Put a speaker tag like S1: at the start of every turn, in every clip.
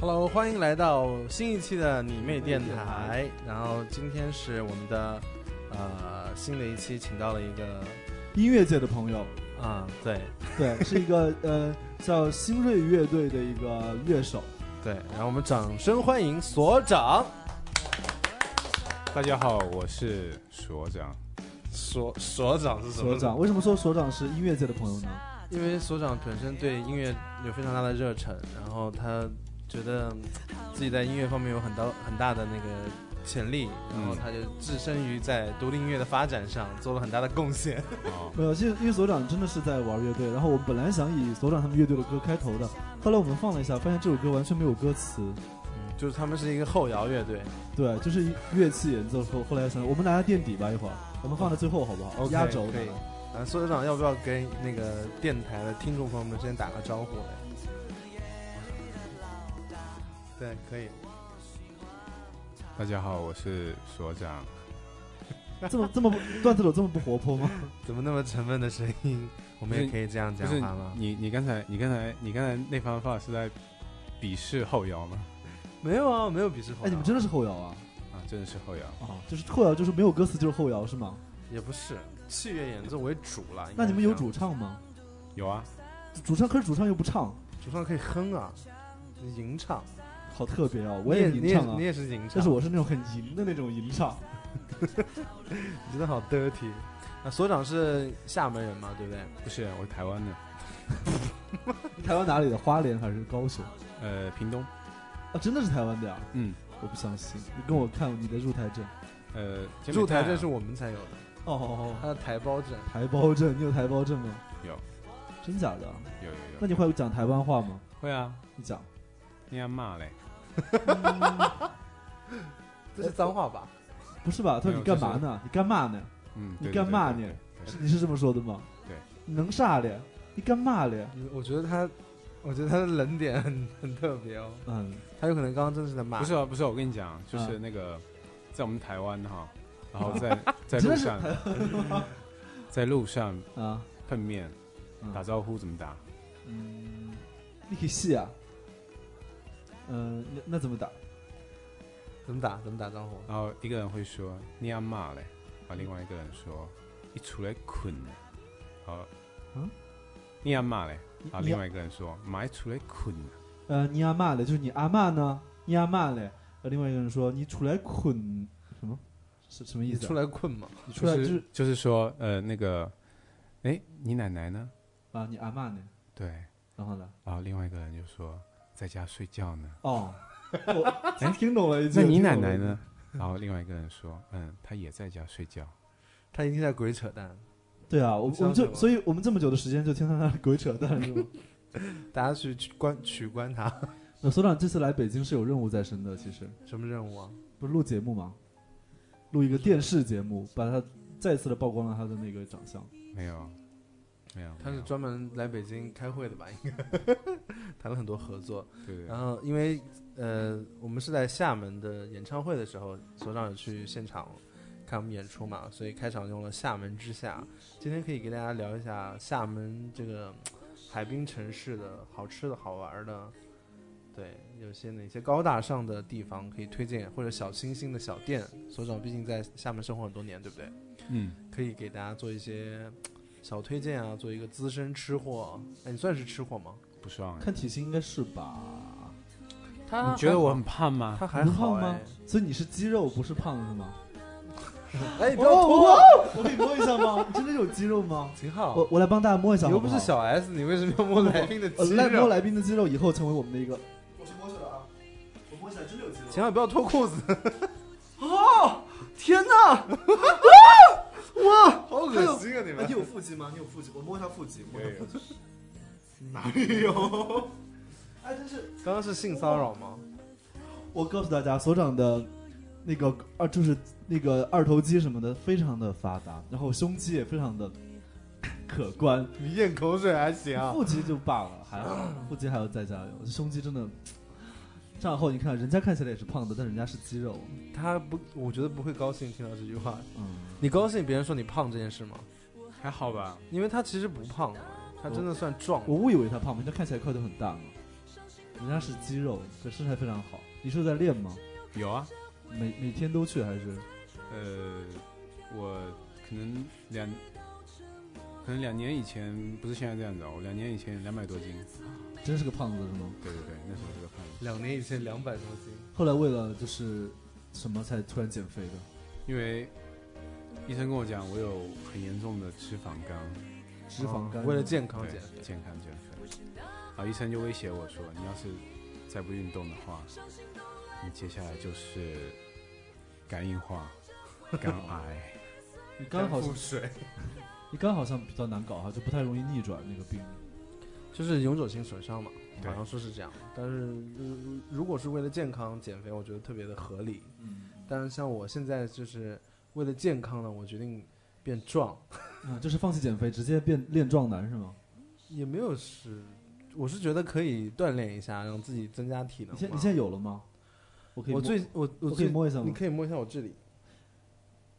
S1: Hello，欢迎来到新一期的你妹电台。然后今天是我们的呃新的一期，请到了一个
S2: 音乐界的 朋友，
S1: 啊、对
S2: 对，是一个呃叫新锐乐队的一个乐手。
S1: 对，然后我们掌声欢迎所长
S3: 大家好，我是所长。
S1: 所所长是什么？
S2: 所长，为什么说所长是音乐界的朋友呢？
S1: 因为所长本身对音乐有非常大的热忱，然后他觉得自己在音乐方面有很大很大的那个潜力，然后他就置身于在独立音乐的发展上做了很大的贡献。
S3: 哦，
S2: 没有，其实因为所长真的是在玩乐队，然后我们本来想以所长他们乐队的歌开头的，后来我们放了一下，发现这首歌完全没有歌词，
S1: 嗯，就是他们是一个后摇乐队，
S2: 对，就是乐器演奏。后后来想，我们拿来垫底吧，一会儿我们放在最后好不好
S1: 嗯 OK，
S2: 压轴的
S1: 可以啊，所长要不要跟那个电台的听众朋友们之间打个招呼嘞？对，可以。
S3: 大家好，我是所长。
S2: 这么这么不段子手这么不活 泼吗？
S1: 怎么那么沉闷的声音？我们也可以这样
S3: 不
S1: 讲
S3: 是
S1: 话吗？
S3: 你，你刚才，你刚才，你刚才那番话是在鄙视后摇吗？
S1: 没有啊，没有鄙视后摇。
S2: 哎，你们真的是后摇啊？
S3: 啊，真的是后摇。
S2: 啊，就是后摇，就是没有歌词就是后摇是吗？
S1: 也不是器乐演奏为主了。应该
S2: 那你们有
S1: 是这
S2: 主
S1: 样
S2: 唱吗？
S3: 有啊，
S2: 主唱可是主唱又不唱，
S1: 主唱可以哼啊，吟唱。
S2: 好特别哦！我也
S1: 你
S2: 吟
S1: 也
S2: 唱啊
S1: 你，也是吟唱，
S2: 但是我是那种很淫的那种吟唱。
S1: 你真的好 dirty。啊，所长是厦门人嘛，对不对？
S3: 不是，我是台湾的，
S2: 台湾哪里的？花莲还是高雄？
S3: 呃，屏东。
S2: 啊，真的是台湾的呀！
S3: 嗯，
S2: 我不相信，你跟我看你的入台证。
S3: 呃，柬埔
S1: 驻台
S3: 寨
S1: 证
S3: 啊
S1: 是我们才有的，
S2: 哦哦
S1: 他的台胞证
S2: 哦，台胞证，你有台胞证吗？
S3: 有，
S2: 真假的？啊
S3: 有有
S2: 那
S3: 有。
S2: 你会讲台湾话吗？
S3: 会啊，
S2: 你讲。
S3: 那样骂嘞。
S1: 这是脏话吧？
S2: 不是吧？他说你干嘛呢？你干嘛呢？
S3: 嗯，
S2: 你
S3: 对
S2: 干嘛？
S3: 对对
S2: 呢
S3: 对对
S2: 是你是这么说的吗？
S3: 对，
S2: 你能啥嘞？你干嘛啊嘞？
S1: 嗯我觉得他，我觉得他的冷点很很特别哦，
S2: 嗯，
S1: 他有可能刚刚真的是在骂。
S3: 不是啊，不是啊，我跟你讲，就是
S2: 啊
S3: 那个在我们台湾哈，然后在 在
S2: 真
S3: 路
S2: 的是
S3: 上，在路上
S2: 啊，
S3: 碰面
S2: 嗯
S3: 打招呼怎么打？
S2: 嗯，你可以细啊。嗯，那那怎么打？
S1: 怎么打？怎么打招呼？
S3: 然后一个人会说你要骂嘞，然后另外一个人说你出来困呢，好，
S2: 嗯，
S3: 你要骂嘞，然后
S2: 你
S3: 另外一个人说买出来困呢，
S2: 呃，你阿妈嘞，就是你阿妈呢，你阿妈嘞。呃，另外一个人说你出来捆什么？是什么意
S1: 你
S2: 思、啊
S1: 出？来困嘛？
S2: 你出
S3: 就
S2: 来就是是
S3: 就是说呃那个，哎，你奶奶呢？
S2: 啊，你阿妈呢？
S3: 对，
S2: 然后呢？
S3: 然后另外一个人就说在家睡觉呢，
S2: 哦，我 哎，听懂了已经。
S3: 那你
S2: 听懂
S3: 奶
S2: 了
S3: 奶呢？然后另外一个人说嗯，她也在家睡觉。
S1: 他一定在鬼扯淡。
S2: 对啊，我
S1: 你
S2: 我
S1: 相
S2: 们
S1: 信
S2: 就
S1: 吗
S2: 所以我们这么久的时间就听他那里鬼扯淡是吗？
S1: 大家去去关取关他，
S2: 那所长这次来北京是有任务在身的，其实
S1: 什么任务啊？
S2: 不是录节目吗？录一个电视节目，把他再次的曝光了他的那个长相。
S3: 没有，没有，
S1: 他
S3: 没
S1: 是
S3: 有
S1: 专门来北京开会的吧？应该 谈了很多合作。
S3: 对对对
S1: 然后因为呃，我们是在厦门的演唱会的时候，所长有去现场看我们演出嘛，所以开场用了“厦门之夏”。今天可以给大家聊一下厦门这个嘖海滨城市的好吃的好玩儿的，对，有些哪些高大上的地方可以推荐，或者小清新的小店。所长毕竟在厦门生活很多年，对不对？
S3: 嗯。
S1: 可以给大家做一些。嘖小推荐啊，做一个资深吃货，哎，你算是吃货吗？
S3: 不爽。啊
S2: 看体型应该是吧？
S1: 他
S3: 你觉得我很胖吗？
S1: 他还
S2: 能
S1: 好
S2: 胖
S1: 哎
S2: 吗？？所以你是肌肉不是胖是吗？
S1: 哎，不
S2: 不
S1: 要
S2: 要
S1: 脱
S2: 脱
S1: 我！
S2: 我可以摸一下 吗？你真的有肌肉吗？
S1: 秦昊，
S2: 哦我我来帮大家摸一下
S1: 你
S2: 好
S1: 又
S2: 不
S1: 不
S2: 好，
S1: 是小 S，你为什么要摸来宾的
S2: 呃，
S1: 肌
S2: 来摸
S1: 肉？
S2: 来宾的肌肉以后成为我们的一个。我去摸去了啊，我摸一下真的有肌
S1: 秦。昊，不要脱裤子！
S2: 天哪！哇，
S1: 好
S2: 恶
S1: 心啊你
S2: 哎！你有腹肌吗？你有腹肌？我摸一下腹肌，摸一下
S3: 有
S2: 腹肌。哪里有？哎，真是！
S1: 刚刚是性骚扰吗？
S2: 我告诉大家，所长的那个二就是那个二头肌什么的非常的发达，然后胸肌也非常的可观。
S1: 你咽口水还行啊？
S2: 腹肌就罢了，还好，腹肌还要再加油。这胸肌真的，上后你看，人家看起来也是胖的，但人家是肌肉。
S1: 他不，我觉得不会高兴听到这句话。
S2: 嗯，
S1: 你高兴别人说你胖这件事吗？
S3: 还好吧，
S1: 啊因为他其实不胖，他真的算壮。
S2: 我误以为他胖，因为他看起来块头很大嘛。人家是肌肉，可身材非常好。你是在练吗？
S3: 有啊，
S2: 每每天都去还是？
S3: 呃，我可能两，可能两年以前不是现在这样子啊，我两年以前两百多斤，
S2: 真是个胖子是吗？
S3: 对对对，那时候是个胖子，
S1: 两年以前两百多斤，
S2: 后来为了就是什么才突然减肥的？
S3: 因为医生跟我讲我有很严重的脂肪肝，
S2: 脂肪肝、
S1: 哦为了健康
S3: 对
S1: 减肥，
S3: 健康减肥，啊，医生就威胁我说，你要是再不运动的话，你接下来就是肝硬化、肝 癌，
S2: 你肝好像
S1: 腹水，
S2: 你肝好像比较难搞哈，就不太容易逆转那个病。
S1: 就是永久性损伤嘛，
S3: 对
S1: 好像说是这样。但是如如果是为了健康减肥，我觉得特别的合理。
S2: 嗯，
S1: 但是像我现在就是为了健康呢，我决定变壮，
S2: 啊，就是放弃减肥，直接变练壮男是吗？
S1: 也没有是，我是觉得可以锻炼一下，让自己增加体能
S2: 你
S1: 嘛。
S2: 现你现在有了吗？我可以摸，
S1: 我最我我
S2: 我可以
S1: 最
S2: 摸一下
S1: 你
S2: 吗？
S1: 可以摸一下我这里，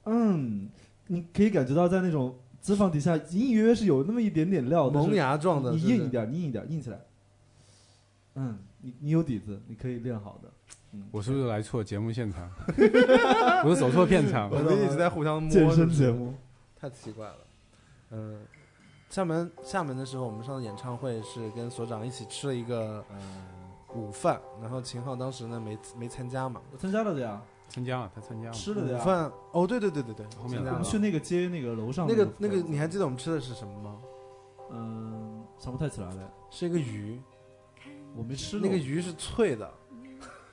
S2: 嗯，你可以感觉到在那种脂肪底下隐隐约约是有哦那么一点点料，但是
S1: 萌芽状的，
S2: 你
S1: 是不是
S2: 硬一，点，你硬一点，硬起来。嗯，你你有底子，你可以练好的。嗯，
S3: 我是不是来错节目现场？ 我是走错片场
S1: 我
S3: 了。
S1: 们一直在互相摸，
S2: 健
S1: 是
S2: 身
S1: 不是
S2: 节目，
S1: 太奇怪了。嗯，厦门厦门的时候，我们上的演唱会是跟所长一起吃了一个午饭，然后秦昊当时呢没没参加嘛，
S2: 我参加了的呀，
S3: 参加了，他参加了。
S2: 吃了
S1: 午
S2: 的呀。
S1: 饭哦，对对对对对，
S3: 后面
S1: 参加
S2: 我
S1: 了
S2: 们去那个街那个楼上
S1: 那个那个，你还
S2: 饭
S1: 记得我们吃的是什么吗？
S2: 嗯想不太起来了，
S1: 是一个鱼，
S2: 我没吃过
S1: 那个鱼是脆的，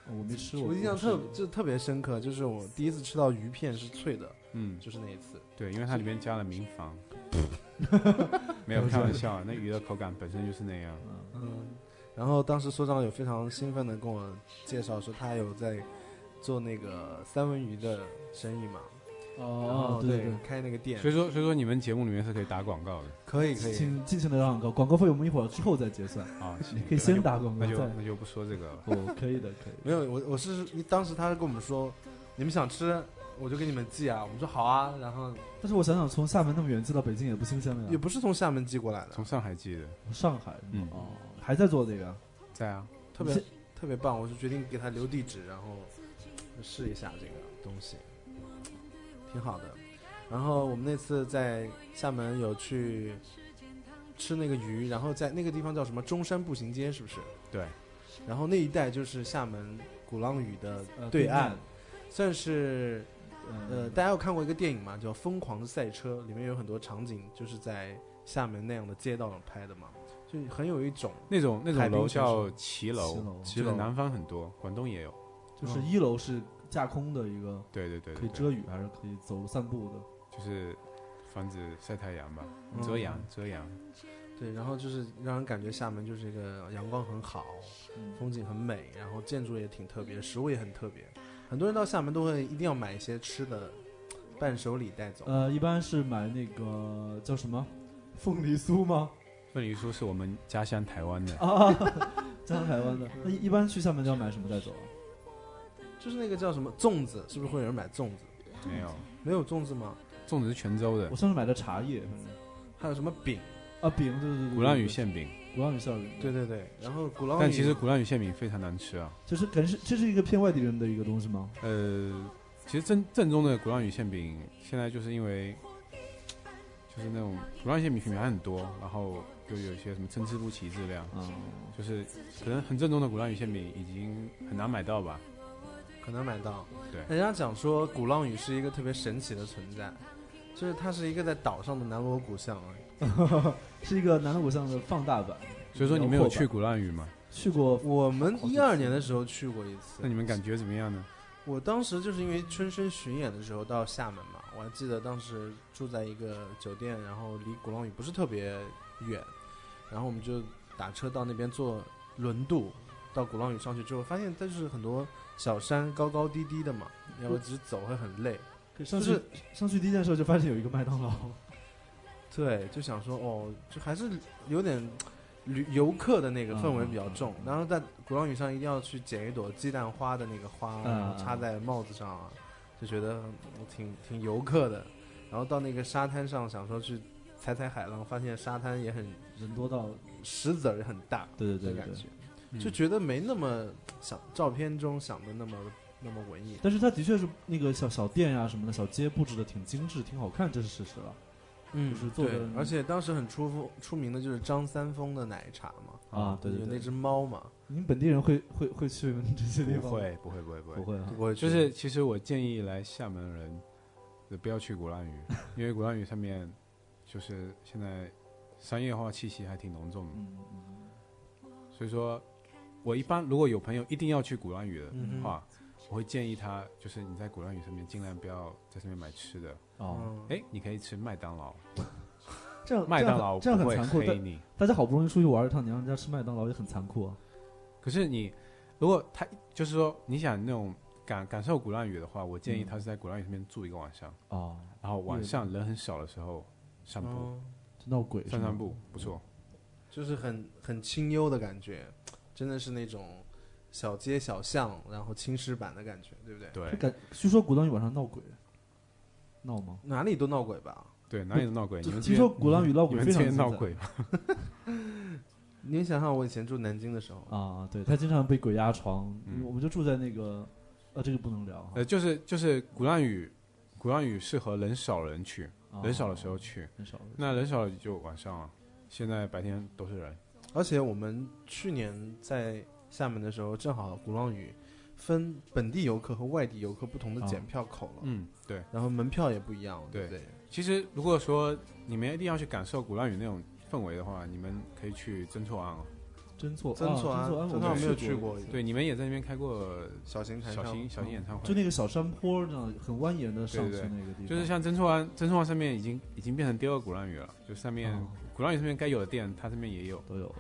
S2: 我没吃过，
S1: 我印象
S2: 不
S1: 特
S2: 吃过
S1: 就特别深刻，就是我第一次吃到鱼片是脆的，
S3: 嗯，
S1: 就是那一次。
S3: 对，因为它里面加了民房。没有开玩笑，那鱼的口感本身就是那样。
S2: 嗯
S1: 嗯，然后当时所长有非常兴奋的跟我介绍说，他有在做那个三文鱼的生意嘛，然
S2: 哦
S1: 后
S2: 对对
S1: 开那个店
S3: 所，以说，所以说你们节目里面是可以打广告的
S1: 可以可
S2: 对，
S1: 以，
S2: 请尽情的打广告，广告费我们一会儿之后再结算。
S3: 啊。行
S2: 你可以先打广告
S3: 那就
S2: 再
S3: 那就不说这个了。
S2: 哦，可以的，可以的。
S1: 没有我我是当时他跟我们说，你们想吃我就给你们寄啊，我们说好啊，然后
S2: 但是我想想，从厦门那么远寄到北京也不新鲜了
S1: 也
S2: 呀。
S1: 不是从厦门寄过来的，
S3: 从上海寄的，
S2: 上海，
S3: 嗯
S2: 哦，还在做这个啊，
S3: 在啊，
S1: 特别特别棒，我就决定给他留地址，然后试一下这个东西，挺好的。然后我们那次在厦门有去吃那个鱼，然后在那个地方叫什么中山步行街，是不是？
S3: 对。
S1: 然后那一带就是厦门鼓浪屿的
S2: 呃
S1: 对
S2: 对
S1: 岸，，算是呃，
S2: 呃，
S1: 大家有看过一个电影嘛，叫《疯狂的赛车》，里面有很多场景就是在厦门那样的街道上拍的嘛，就很有一种
S3: 那种那种
S1: 海滨
S3: 楼
S1: 城
S3: 叫
S1: 市
S3: 骑
S2: 骑
S3: 楼
S2: 楼，
S3: 其实
S1: 骑楼
S3: 南方很多，广东也有。
S2: 就是一楼是架空的一个，
S3: 对对对，
S2: 可以
S3: 对
S2: 遮，雨还是可以走路散步的。
S3: 就是防止晒太阳吧，
S1: 嗯
S3: 遮阳遮阳。
S1: 对，然后就是让人感觉厦门就是一个阳光很好，风景很美，然后建筑也挺特别，食物也很特别。很多人到厦门都会一定要买一些吃的伴手礼带走。
S3: 嗯
S2: 呃，一般是买那个叫什么凤梨酥吗？
S3: 凤梨酥是我们家乡台湾的，
S2: 啊， 江台 湾的。那一般去厦门要买什么带走啊？
S1: 就是那个叫什么粽子，是不是会有人买粽子？
S3: 没有，
S1: 没有粽子吗？
S3: 粽子是泉州的
S2: 我，上次买的茶叶，反正
S1: 还有什么饼？
S2: 啊饼，对对对对，
S3: 鼓浪屿
S2: 对，
S3: 馅饼。
S2: 鼓浪屿馅饼，
S1: 对，对对，然后鼓浪屿，
S3: 但其实鼓浪屿馅饼非常难吃啊。
S2: 就是可能是这是一个偏外地人的一个东西吗？
S3: 呃，其实正正宗的鼓浪屿馅饼，现在就是因为就是那种鼓浪屿馅饼品牌很多，然后又有一些什么参差不齐质量，
S2: 啊，
S3: 就是可能很正宗的鼓浪屿馅饼已经很难买到吧。
S1: 很难买到。
S3: 对
S1: 人家讲说鼓浪屿是一个特别神奇的存在，就是它是一个在岛上的南锣鼓巷而已。
S2: 是一个南锣鼓巷的放大版。
S3: 所以说你没有
S2: 辽阔
S3: 去
S2: 版
S3: 鼓浪屿吗？
S2: 去过
S1: 我们
S2: 好几
S1: 一
S2: 次
S1: 二年的时候去过一次，
S3: 那你们感觉怎么样呢？
S1: 我当时就是因为春生巡演的时候到厦门嘛，我还记得当时住在一个酒店，然后离鼓浪屿不是特别远，然后我们就打车到那边坐轮渡到鼓浪屿上去之后，发现它就是很多小山高高低低的嘛，要不只走会很累。
S2: 可上
S1: 就是
S2: 去上去第一件事就发现有一个麦当劳，
S1: 对，就想说哦，就还是有点旅游客的那个氛围比较重。
S2: 嗯嗯嗯
S1: 然后在鼓浪屿上一定要去捡一朵鸡蛋花的那个花，
S2: 嗯
S1: 然后插在帽子上啊，就觉得嗯挺挺游客的。然后到那个沙滩上，想说去踩踩海浪，发现沙滩也很
S2: 人多到
S1: 石子儿也很大
S2: 对对
S1: 的
S2: 对对
S1: 感
S2: 对
S1: 觉。
S3: 嗯
S1: 就觉得没那么想照片中想的那么那么文艺。
S2: 但是它的确是那个小小店呀、什么的，小街布置的挺精致，挺好看，这是事实了。
S1: 嗯
S2: 就是做
S1: 对
S2: 的，
S1: 而且当时很出风出名的就是张三丰的奶茶嘛，
S2: 啊对对
S1: 有
S2: 对
S1: 那只猫嘛，
S2: 你们本地人会会会去这些地
S3: 不
S2: 方？，
S3: 会不会不会不
S2: 不
S3: 会，
S2: 会啊。
S1: 我
S3: 就
S1: 觉得
S3: 是其实我建议来厦门的人，呃不要去鼓浪屿，因为鼓浪屿上面就是现在商业化气息还挺浓重的，
S2: 嗯嗯
S3: 所以说，我一般如果有朋友一定要去鼓浪屿的
S1: 嗯哼
S3: 话，我会建议他就是你在鼓浪屿上面尽量不要在上面买吃的，
S2: 哦，
S1: 嗯，
S3: 哎，你可以吃麦当劳，
S2: 这样
S3: 麦当劳
S2: 这样很
S3: 不
S2: 这
S3: 会
S2: 样很残酷。
S3: 黑
S2: 但
S3: 你。
S2: 大家好不容易出去玩一趟，你让人家吃麦当劳也很残酷啊。
S3: 可是你，如果他就是说你想那种感感受鼓浪屿的话，我建议他是在鼓浪屿上面住一个晚上，
S2: 哦，
S3: 然后晚上人很少的时候散步，
S1: 哦
S2: 这闹鬼是
S3: 散
S2: 吗
S3: 散步不错。
S2: 嗯
S1: 就是很很清幽的感觉，真的是那种小街小巷，然后青石板的感觉，对不对？
S3: 对
S2: 这感据说鼓浪屿晚上闹鬼，闹吗？
S1: 哪里都闹鬼吧？
S3: 对，哪里能闹鬼？你们这
S2: 听
S3: 边
S2: 说鼓浪屿闹
S3: 你
S2: 鬼
S3: 们
S2: 非
S3: 这
S2: 常
S3: 边
S2: 精
S3: 闹
S2: 彩
S3: 鬼吗？
S1: 你想想我以前住南京的时候，
S2: 啊，对他经常被鬼压床，
S3: 嗯
S2: 我们就住在那个，呃，这个不能聊哈。
S3: 呃，就是就是鼓浪屿，鼓浪屿适合人少人去，
S2: 啊
S3: 人少的时候去。
S2: 很少的时候。
S3: 那人少了就晚上了，现在白天都是人。
S1: 而且我们去年在厦门的时候，正好鼓浪屿分本地游客和外地游客不同的
S2: 啊
S1: 检票口了，
S3: 嗯，对。
S1: 然后门票也不一样，对不
S3: 对
S1: 对？
S3: 其实如果说你们一定要去感受鼓浪屿那种氛围的话，你们可以去曾厝垵哦。
S2: 真错，
S1: 曾厝
S2: 啊
S1: 垵，
S2: 真
S1: 曾
S2: 错
S1: 厝
S2: 安，
S1: 垵没
S2: 我
S1: 有
S2: 去
S1: 去过，
S3: 对，你们也在那边开过
S1: 小型嗯弹
S3: 小
S1: 唱，
S3: 型小型演唱
S2: 就
S3: 会。
S2: 那个小山坡那样很蜿蜒的上去
S3: 对对对
S2: 那个地
S1: 嗯
S2: 方，
S3: 就是像曾厝垵，曾厝垵上面已经已经变成第二鼓浪屿了，就上面、
S2: 哦
S3: 鼓浪屿上面该有的店，它上面也有。
S2: 都有啊。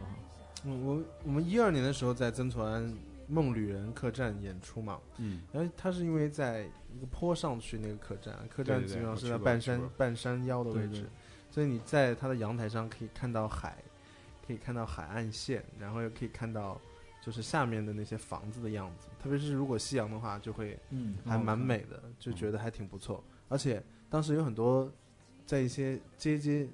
S1: 嗯，我我们一二年的时候在曾厝垵梦旅人客栈演出嘛，
S3: 嗯，
S1: 然后它是因为在一个坡上去那个客栈，客
S3: 对
S1: 栈
S3: 对
S1: 基
S3: 对
S1: 本上
S3: 我
S1: 是
S3: 去
S1: 在
S3: 过
S1: 半
S3: 我去
S1: 山
S3: 过
S1: 半山腰的位置，
S2: 对对
S1: 所以你在它的阳台上可以看到海，可以看到海岸线，然后又可以看到就是下面的那些房子的样子，特别是如果夕阳的话，就会
S2: 嗯，
S1: 还蛮
S2: 很好看。
S1: 美的，就觉得还挺不错。而且当时有很多在一些街街，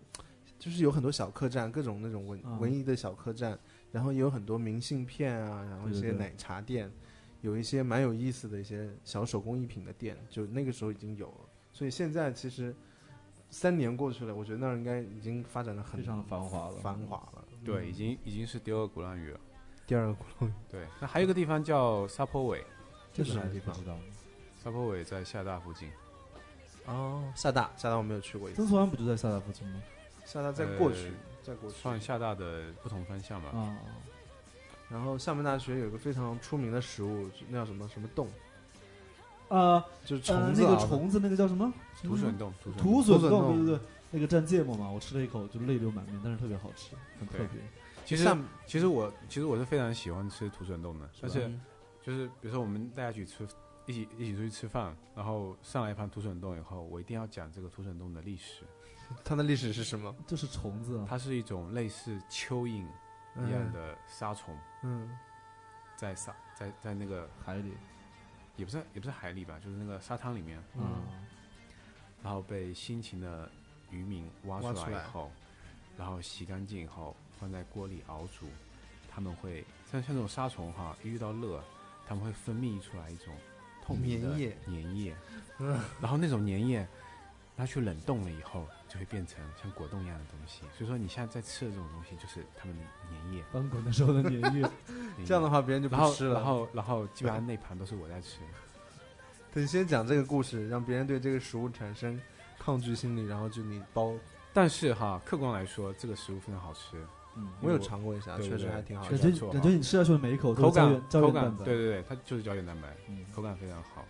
S1: 就是有很多小客栈，各种那种文、
S2: 嗯
S1: 文艺的小客栈，然后也有很多明信片啊，然后一
S2: 对对
S1: 些
S2: 对
S1: 奶茶店，有一些蛮有意思的一些小手工艺品的店，就那个时候已经有了。所以现在其实三年过去了，我觉得那儿应该已经发展的很
S2: 非常繁华了
S1: 繁华了。
S3: 对，已
S1: 嗯
S3: 经已经是第二鼓浪屿了。
S1: 第二个窟窿
S3: 对，那还有一个地方叫沙坡尾，
S1: 这
S2: 这个
S1: 是什
S2: 还
S1: 么
S2: 是
S1: 地
S2: 不
S1: 方
S2: 知道的。
S3: 沙坡尾在厦大附近，
S1: 哦，厦大，厦大我没有去过一次，
S2: 曾厝垵不就在厦大附近吗？
S1: 厦大再过
S3: 呃
S1: 去，再过去嗯
S3: 算厦大的不同方向吧。
S2: 啊，
S1: 然后厦门大学有一个非常出名的食物，就那叫什么什么冻，
S2: 啊，
S1: 就是
S2: 呃
S1: 虫子
S2: 那
S1: 熬的、
S2: 个虫子那个叫什么？
S3: 土笋冻，土笋
S2: 土
S3: 冻
S2: 笋
S1: 土笋
S2: 冻，
S1: 冻
S2: 对对对，那个蘸芥末嘛，我吃了一口就泪流满面，但是特别好吃，很特
S3: 对
S2: 别。
S3: 其
S1: 厦
S3: 实
S1: 门
S3: 其实我其实我是非常喜欢吃土笋冻的，但是
S1: 嗯
S3: 就是比如说我们大家一起吃，一起一起出去吃饭，然后上来一盘土笋冻以后，我一定要讲这个土笋冻的历史。
S1: 它的历史是什么？
S2: 就是虫子啊，
S3: 它是一种类似蚯蚓一样的沙虫，
S1: 嗯，
S3: 在沙在在那个
S2: 海里
S3: 也不是也不是海里吧，就是那个沙滩里面，
S1: 嗯
S2: 啊，
S3: 然后被辛勤的渔民挖
S1: 挖
S3: 出
S1: 出
S3: 来
S1: 来
S3: 以后，然后洗干净以后放在锅里熬煮，他们会像像这种沙虫哈，一遇到热，他们会分泌出来一种透明的
S1: 粘液
S3: 粘液
S1: 嗯，
S3: 然后那种粘液拿去冷冻了以后，就会变成像果冻一样的东西。所以说你现在在吃的这种东西，就是他们的粘液。
S2: 翻滚的时候的粘液，
S3: 粘
S1: 嗯这样的
S3: 液
S1: 话别人就
S3: 然
S1: 不
S3: 后
S1: 吃了。
S3: 然后然后基本上那盘都是我在吃。
S1: 等先讲这个故事，让别人对这个食物产生抗拒心理，然后就你包，
S3: 但是哈，客观来说，这个食物非常好吃，
S2: 嗯，
S1: 我有尝过一下，
S3: 对
S1: 确
S3: 对
S1: 实
S3: 对
S1: 还挺好
S2: 感
S1: 吃。
S3: 确实
S2: 觉
S3: 不错啊
S2: 感觉你吃下去的每一口都
S3: 口
S2: 是胶
S3: 感
S2: 原胶
S3: 口
S2: 原
S3: 感
S2: 蛋，白，
S3: 对对对，它就是胶原蛋白，
S2: 嗯，
S3: 口感非常好。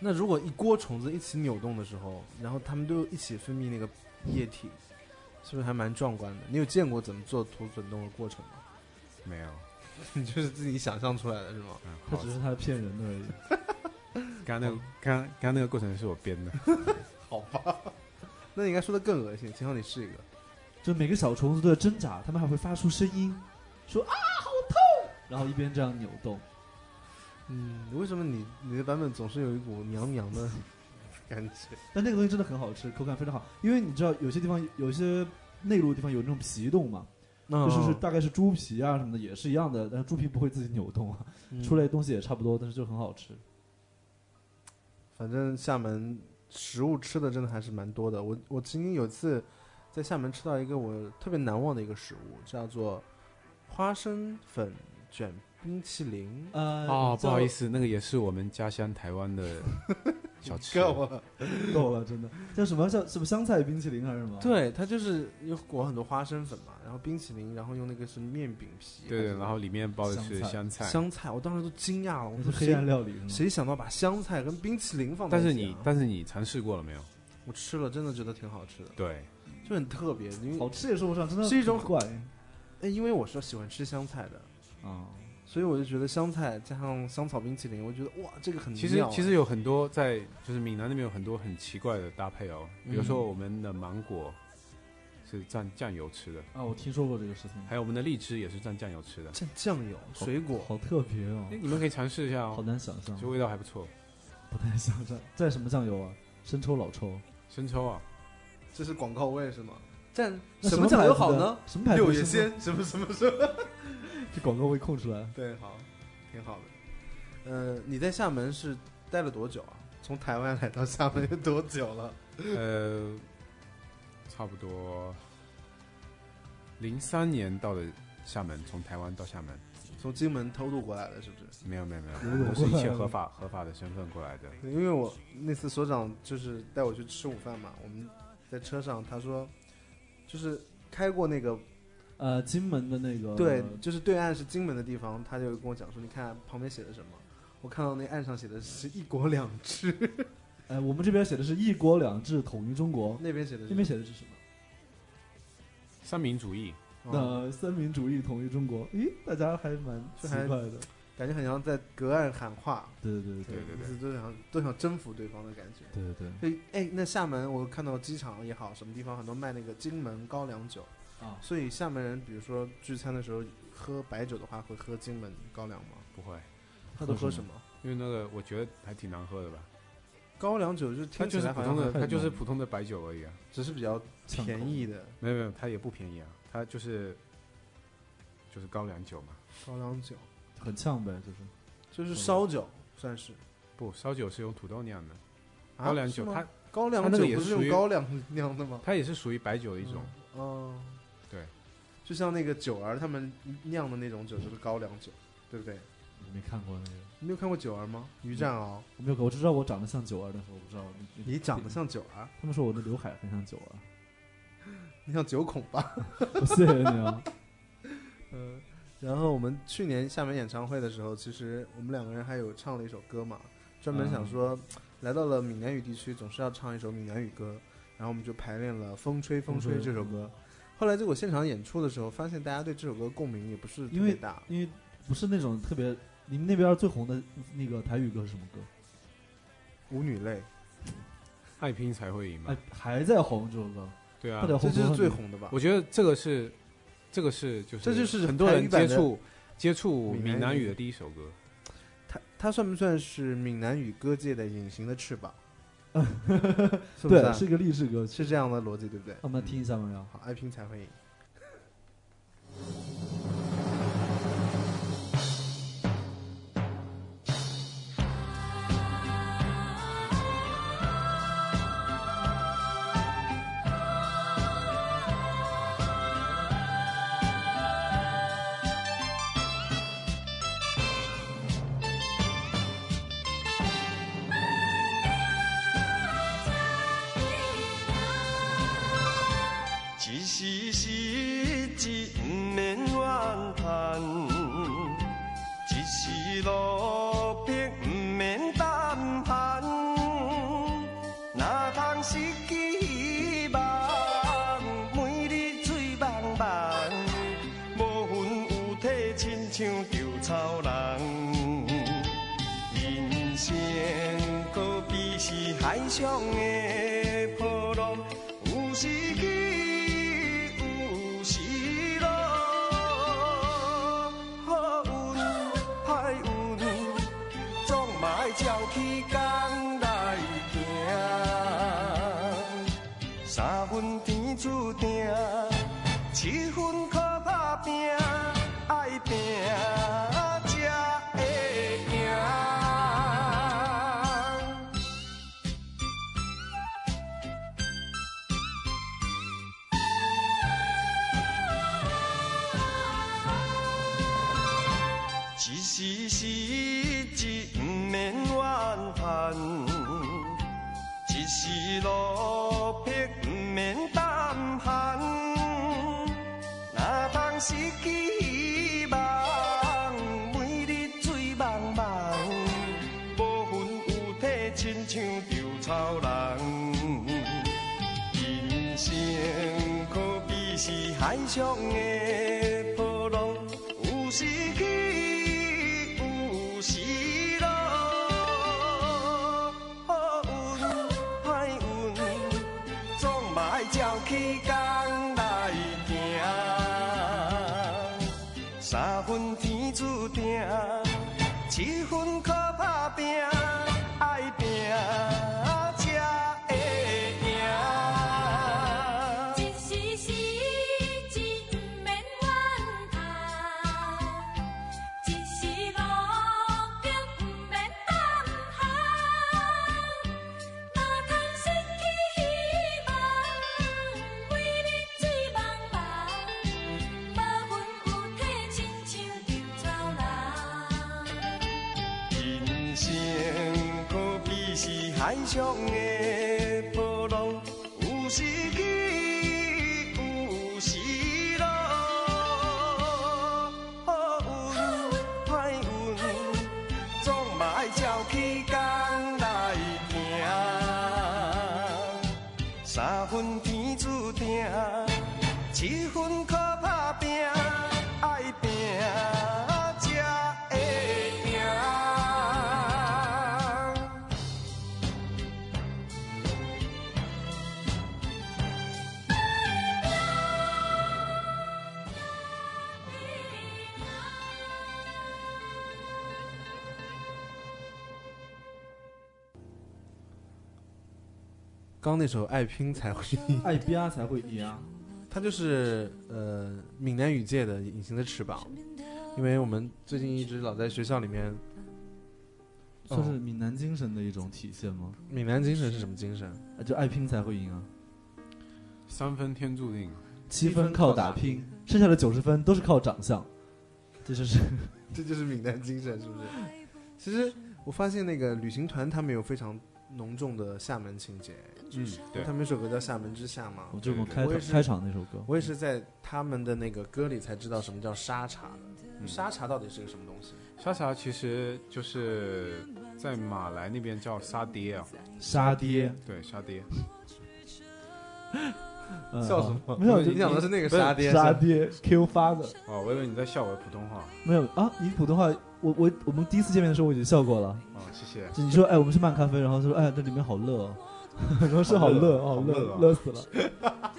S1: 那如果一锅虫子一起扭动的时候，然后它们都一起分泌那个液体，是不是还蛮壮观的？你有见过怎么做土笋冻的过程吗？
S3: 没有，
S1: 你就是自己想象出来的是吗？
S3: 嗯，
S2: 它
S3: 好
S2: 只。是它骗人的而已。
S3: 刚刚那个，刚刚刚那个过程是我编的，
S1: 好吧，那你应该说的更恶心，请好你试一个。
S2: 就每个小虫子都在挣扎，它们还会发出声音，说啊好痛，然后一边这样扭动。
S1: 嗯，为什么你你的版本总是有一股娘娘的感觉？
S2: 但那个东西真的很好吃，口感非常好，因为你知道有些地方有些内陆的地方有那种皮冻嘛，
S1: 嗯
S2: 就是是大概是猪皮啊什么的也是一样的，但是猪皮不会自己扭动啊，
S1: 嗯
S3: 嗯
S2: 出来的东西也差不多，但是就很好吃。
S1: 反正厦门食物吃的真的还是蛮多的。我我曾经有一次在厦门吃到一个我特别难忘的一个食物，叫做花生粉卷冰淇淋。
S2: 呃，
S3: 哦，不好意
S2: 思，
S3: 思，那个也是我们家乡台湾的小吃。
S1: 够了，
S2: 够了，真的叫什么叫什么香菜冰淇淋还是什么？，
S1: 对，它就是有裹很多花生粉嘛，然后冰淇淋，然后用那个是面饼皮，
S3: 对对，
S1: 还是
S3: 然后里面包的是香菜，
S1: 香菜，我当时都惊讶了，我
S2: 是
S1: 说
S2: 黑暗
S1: 谁
S2: 料理是吗？
S1: 谁想到把香菜跟冰淇淋放在
S3: 但
S1: 一起、
S3: 是
S1: 啊？
S3: 你但是你尝试过了没有？
S1: 我吃了，真的觉得挺好吃的，
S3: 对，
S1: 就很特别，因
S2: 好
S1: 为
S2: 吃也说不上，真的
S1: 是一种
S2: 很怪
S1: 哎因为我是喜欢吃香菜的，
S2: 啊。
S1: 所以我就觉得香菜加上香草冰淇淋，我觉得哇，这个很
S3: 其实
S1: 妙啊
S3: 其实有很多在就是闽南那边有很多很奇怪的搭配哦，比如说
S1: 嗯
S3: 我们的芒果是蘸酱油吃的，
S2: 啊，我听说过这个事情，
S3: 还有我们的荔枝也是蘸酱油吃 的，
S1: 蘸酱油、水果，
S2: 好特别哦
S3: 哎，你们可以尝试一下
S2: 好
S3: 哦，
S2: 难想象
S3: 其实，味道还不错。
S2: 不太想象。蘸什么酱油啊？生抽、老抽？
S3: 生抽啊，
S1: 这是广告位是吗？蘸
S2: 那
S1: 么
S2: 么
S1: 酱油
S2: 牌子
S1: 好
S2: 的
S1: 呢？？
S2: 什么牌子的
S1: 六月
S2: 生抽？
S1: 鲜什么什么什么？
S2: 这广告位空出来。
S1: 对，好，挺好的。呃，你在厦门是待了多久啊？从台湾来到厦门有多久了？
S3: 呃，差不多零三年到的厦门，从台湾到厦门，
S1: 从金门偷渡过来的，是不是？
S3: 没有没有没有，
S2: 游
S3: 我们
S2: 泳
S3: 都是一
S2: 过
S3: 切
S2: 来
S3: 合
S2: 了
S3: 法合法的身份过来的。
S1: 因为我那次所长就是带我去吃午饭嘛，我们在车上，他说就是开过那个
S2: 呃，金门的那个
S1: 对，就是对岸是金门的地方，他就跟我讲说，你看旁边写的什么？我看到那岸上写的是一国两制，
S2: 哎，我们这边写的是一国两制统一中国，
S1: 那边写的是
S2: 哦那边写的是什么？
S3: 三民主义，
S1: 哦
S2: 那呃三民主义统一中国，咦，大家还蛮
S1: 这
S2: 奇
S1: 还
S2: 怪的。
S1: 感觉很像在隔岸喊话，
S2: 对对对对
S3: 对对对
S1: 就是都想都想征服对方的感觉。
S2: 对对对
S1: 所以，哎，那厦门我看到机场也好，什么地方很多卖那个金门高粱酒，
S2: 啊！
S1: 所以厦门人比如说聚餐的时候喝白酒的话，会喝金门高粱吗？
S3: 不会，
S1: 他都喝
S2: 喝
S1: 什
S2: 什
S1: 么？
S3: 因为那个我觉得还挺难喝的吧，
S1: 高粱酒就是
S3: 它
S1: 听起
S3: 就是
S1: 来
S3: 普
S1: 好
S3: 通
S1: 像
S3: 的，
S1: 很
S2: 很
S3: 它就是
S2: 浓
S3: 普通的白酒而已啊，
S1: 只是比较
S2: 呛口
S1: 便宜的
S3: 没有没有，它也不便宜啊，它就是就是高粱酒嘛，
S1: 高粱酒，
S2: 很呛呗，就是
S3: 嗯
S1: 就是烧酒算是
S3: 不，烧酒是用土豆酿的，
S1: 啊
S3: 高粱
S1: 是
S3: 酒
S1: 吗
S3: 它
S1: 高
S3: 它
S1: 粱
S3: 那
S1: 酒
S3: 个也
S1: 不
S3: 是
S1: 是用
S3: 属于
S1: 高粱酿的吗？
S3: 它也是属于白酒的一种，
S1: 哦，
S3: 对，
S1: 就像那个九儿他们酿的那种酒就是高粱酒，对不对？
S2: 我没看过那个，
S1: 你没有看过九儿吗？
S3: 嗯
S1: 于占鳌，
S2: 我没有看，我只知道我长得像九儿，但是我不知道你
S1: 你长得，像九儿，
S2: 他们说我的刘海很像啊九儿，
S1: 你像九孔吧？
S2: 我谢谢你啊！
S1: 嗯。然后我们去年厦门演唱会的时候，其实我们两个人还有唱了一首歌嘛，专门
S2: 嗯
S1: 想说，来到了闽南语地区，总是要唱一首闽南语歌。然后我们就排练了《风吹风
S2: 嗯
S1: 吹》这首歌。后来结果现场演出的时候，发现大家对这首歌共鸣也不是特
S2: 因
S1: 别
S2: 为
S1: 大。
S2: 因为不是那种特别，你们那边最红的那个台语歌是什么歌？
S1: 舞女泪，
S3: 爱拼才会赢嘛
S1: 嗯
S2: 哎，，还在红这首歌，
S3: 对啊
S2: 快，
S1: 这
S2: 点红
S1: 就
S2: 多
S1: 是
S2: 少
S1: 最
S2: 年
S1: 红的吧？
S3: 我觉得这个是这个是就是
S1: 这就是
S3: 很多
S1: 台
S3: 人
S1: 语版
S3: 接
S1: 的
S3: 触接触
S1: 闽
S3: 闽
S1: 南
S3: 南
S1: 语
S3: 语的第一首歌，
S1: 它它算不算是闽南语歌界的隐形的翅 膀？是不是
S2: 对，
S1: 啊
S2: 是嗯一个励志歌曲。
S1: 是这样的逻辑，对不对？
S2: 我们听一啊下吗？要
S1: 好，爱拼才会赢。
S4: 一时失志不免怨叹，一时落魄不免胆寒，哪通失去希望？每日醉茫茫，无魂有体，亲像稻草人。人生可比是海上的波浪，有时起，有时落。好运歹运，总嘛要照起工来行。三分天注定，七分靠打拼，爱拼才会赢。一时失志，不免怨叹；一时落魄，不免胆寒。哪通失去希望？每日醉茫茫，无魂有体，亲像稻草人。人生可比是海上的波浪，有时起，有时落。好运歹运，总嘛爱照起工来行。三分天注定，七分靠打拼，爱拼啊才会赢。
S5: 一时失志，不免怨叹；一时落魄，不免胆寒。哪通失去希望？每日醉茫茫，无魂有体，亲像稻草人。
S4: 人生可比是海上的波浪，有时起，有时落。好运歹运，总嘛爱照起工来行。三分天注定，七分靠打拼，爱拼才会赢。
S1: 刚那首《爱拼才会赢》，
S2: 爱比啊才会赢啊。
S1: 它就是呃闽南语界的《隐形的翅膀》，因为我们最近一直老在学校里面，
S2: 哦算是闽南精神的一种体现吗？
S1: 闽南精神是什么精神？
S2: 啊就爱拼才会赢啊，
S3: 三分天注定，
S2: 七分靠打拼，剩下的九十分都是靠长相。这就是，
S1: 这就是闽南精神，是不是？其实我发现那个旅行团他们有非常浓重的厦门情节，
S3: 嗯，对
S1: 他，们有首歌叫《厦门之夏》嘛
S2: 我就我们开
S1: 我也
S2: 场
S1: 是
S2: 开场那首歌，
S1: 我也是在他们的那个歌里才知道什么叫沙茶的。沙茶到底是个什么东西？
S3: 沙茶其实就是在马来那边叫沙爹啊，
S2: 沙爹，
S3: 对，沙爹，
S2: 嗯
S1: 笑什
S2: 好
S1: 么？
S2: 没有，就
S1: 你想的是那个沙爹，
S2: 沙
S1: 是吧
S2: 爹 Q 发的，
S3: 哦，我以为你在笑我的普通话，
S2: 没有啊？你普通话，我我我们第一次见面的时候我已经笑过了。
S3: 哦，谢谢，
S2: 就你说，哎，我们是漫咖啡，然后说，哎，这里面好热哦，然后是好热，哦好热，
S3: 好热啊
S2: 热死了。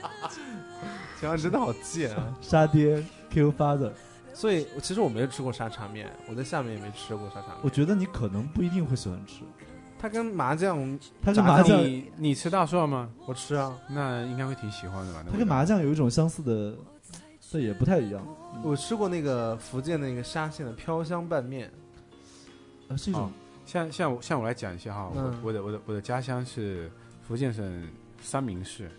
S1: 想想真的好贱啊！
S2: 沙爹 Q father，
S1: 所以其实我没有吃过沙茶面，我在厦门也没吃过沙茶
S2: 我
S1: 面。
S2: 觉得你可能不一定会喜欢吃，
S1: 它跟麻酱
S2: 它跟
S1: 炸
S2: 麻酱，
S3: 你你吃大蒜吗？
S1: 我吃啊，
S3: 那应该会挺喜欢的吧？
S2: 它
S3: 那味
S2: 跟
S3: 道
S2: 麻酱有一种相似的，但也不太一样，
S1: 我吃过那个福建那个沙县的飘香拌面，
S2: 呃，是一种
S3: 哦像像我像我来讲一下哈，
S1: 嗯
S3: 我我的我的我的家乡是福建省三明市，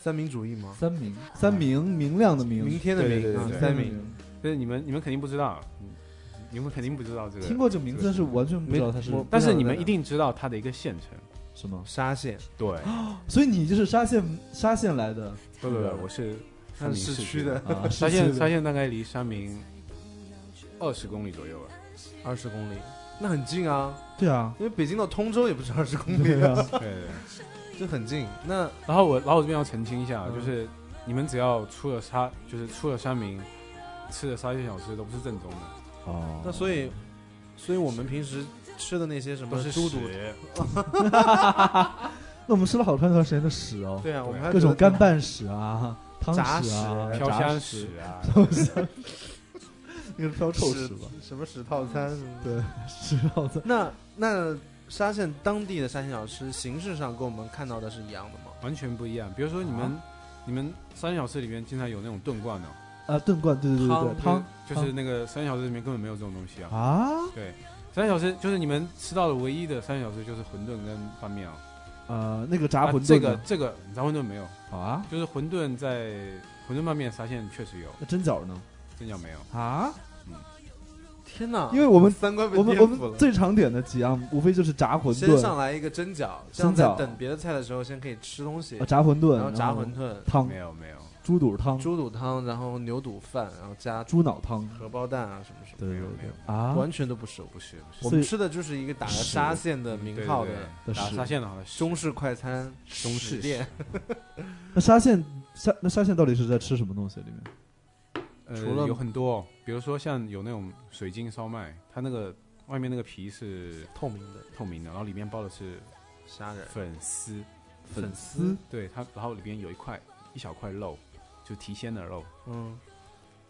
S1: 三民主义吗？
S2: 三明，三明明亮的
S1: 明
S2: 明，
S1: 天的
S3: 对
S1: 明
S3: 对对
S1: 啊
S3: 对
S1: 三明
S2: 明，
S3: 就是你们你们肯定不知道，嗯你们肯定不知道这
S2: 听
S3: 个，
S2: 过这个名字，但是完全不知道它是
S1: 没我，
S3: 但是你们一定知道它的一个县城。
S2: 什么，
S1: 沙县，
S3: 对，
S2: 所以你就是沙县沙县来的
S3: 不不不，我嗯是
S1: 它
S3: 三
S1: 是市
S3: 明
S1: 区
S3: 区
S1: 的，
S2: 啊，
S3: 沙
S2: 沙
S3: 县沙县大概离三明二十公里左右吧。
S1: 二十公里，那很近啊，
S2: 对 啊，
S1: 因为北京到通州也不止二十公里
S2: 对
S1: 啊，
S2: 啊，
S3: 对对对。
S1: 就很近。那
S3: 然后我然后我这边要澄清一下，啊
S1: 嗯
S3: 就是你们只要出了沙，就是出了三明，吃的沙县小吃都不是正宗的，
S2: 哦
S1: 那所以，所以我们平时吃的那些什
S3: 都
S1: 么
S3: 是
S1: 猪肚，
S3: 屎。
S2: 那我们吃了好长一段时间的屎哦，
S1: 对啊，我们还
S2: 各种
S1: 觉得
S2: 干拌屎啊，汤
S1: 炸
S2: 屎啊，
S1: 屎
S3: 飘
S2: 炸
S3: 香
S2: 屎
S3: 屎，啊，
S2: 那个飘臭屎吧？
S1: 什么屎套餐什么的。
S2: 对，屎耗子。
S1: 那那沙县当地的沙县小吃形式上跟我们看到的是一样的吗？
S3: 完全不一样。比如说你们、你们沙县小吃里面经常有那种炖罐哦，
S2: 啊，炖罐，对对对对对，汤
S3: 就是那个三小时里面根本没有这种东西啊。
S2: 啊
S3: 对，三小时就是你们吃到的唯一的三小时就是馄饨跟拌面啊。
S2: 呃，那个炸
S3: 啊
S2: 馄饨呢、
S3: 这个这个炸馄饨没有，
S2: 好啊，
S3: 就是馄饨在馄饨拌面沙县确实有，
S2: 那蒸饺呢
S3: 蒸饺没有。
S2: 啊？
S1: 天哪！
S2: 因为我们
S1: 三观被
S2: 我们
S1: 颠
S2: 我
S1: 覆了
S2: 们最常点的几样，无非就是炸馄
S1: 先
S2: 饨、
S1: 上来一个蒸饺，这样在
S2: 蒸饺
S1: 等别的菜的时候先可以吃东西
S2: 啊，炸馄饨，
S1: 然后炸馄
S2: 然后
S1: 饨、
S2: 汤
S3: 没、有没有，
S2: 猪肚汤、
S1: 猪肚汤，然后牛肚饭，然后加
S2: 猪脑汤，
S1: 荷包蛋啊什么什么，
S2: 对对
S3: 没有没
S2: 对
S3: 有
S2: 啊，
S1: 完全都不熟。
S3: 不是不是，
S1: 我
S2: 所以
S1: 们吃的就是一个打着沙县的名号
S3: 对
S1: 的
S3: 对对打
S2: 是
S3: 沙县的好像是
S1: 中式快餐
S3: 中式
S1: 食店，
S2: 那沙县沙那沙县到底是在吃什么东西？里面
S3: 呃
S1: 除了
S3: 有很多哦，比如说像有那种水晶烧麦，它那个外面那个皮是
S1: 透明的
S3: 透明的，然后里面包的是
S1: 虾仁、
S3: 粉丝，
S1: 粉
S2: 丝，
S3: 对它，然后里边有一块一小块肉，就提鲜的肉，
S1: 嗯，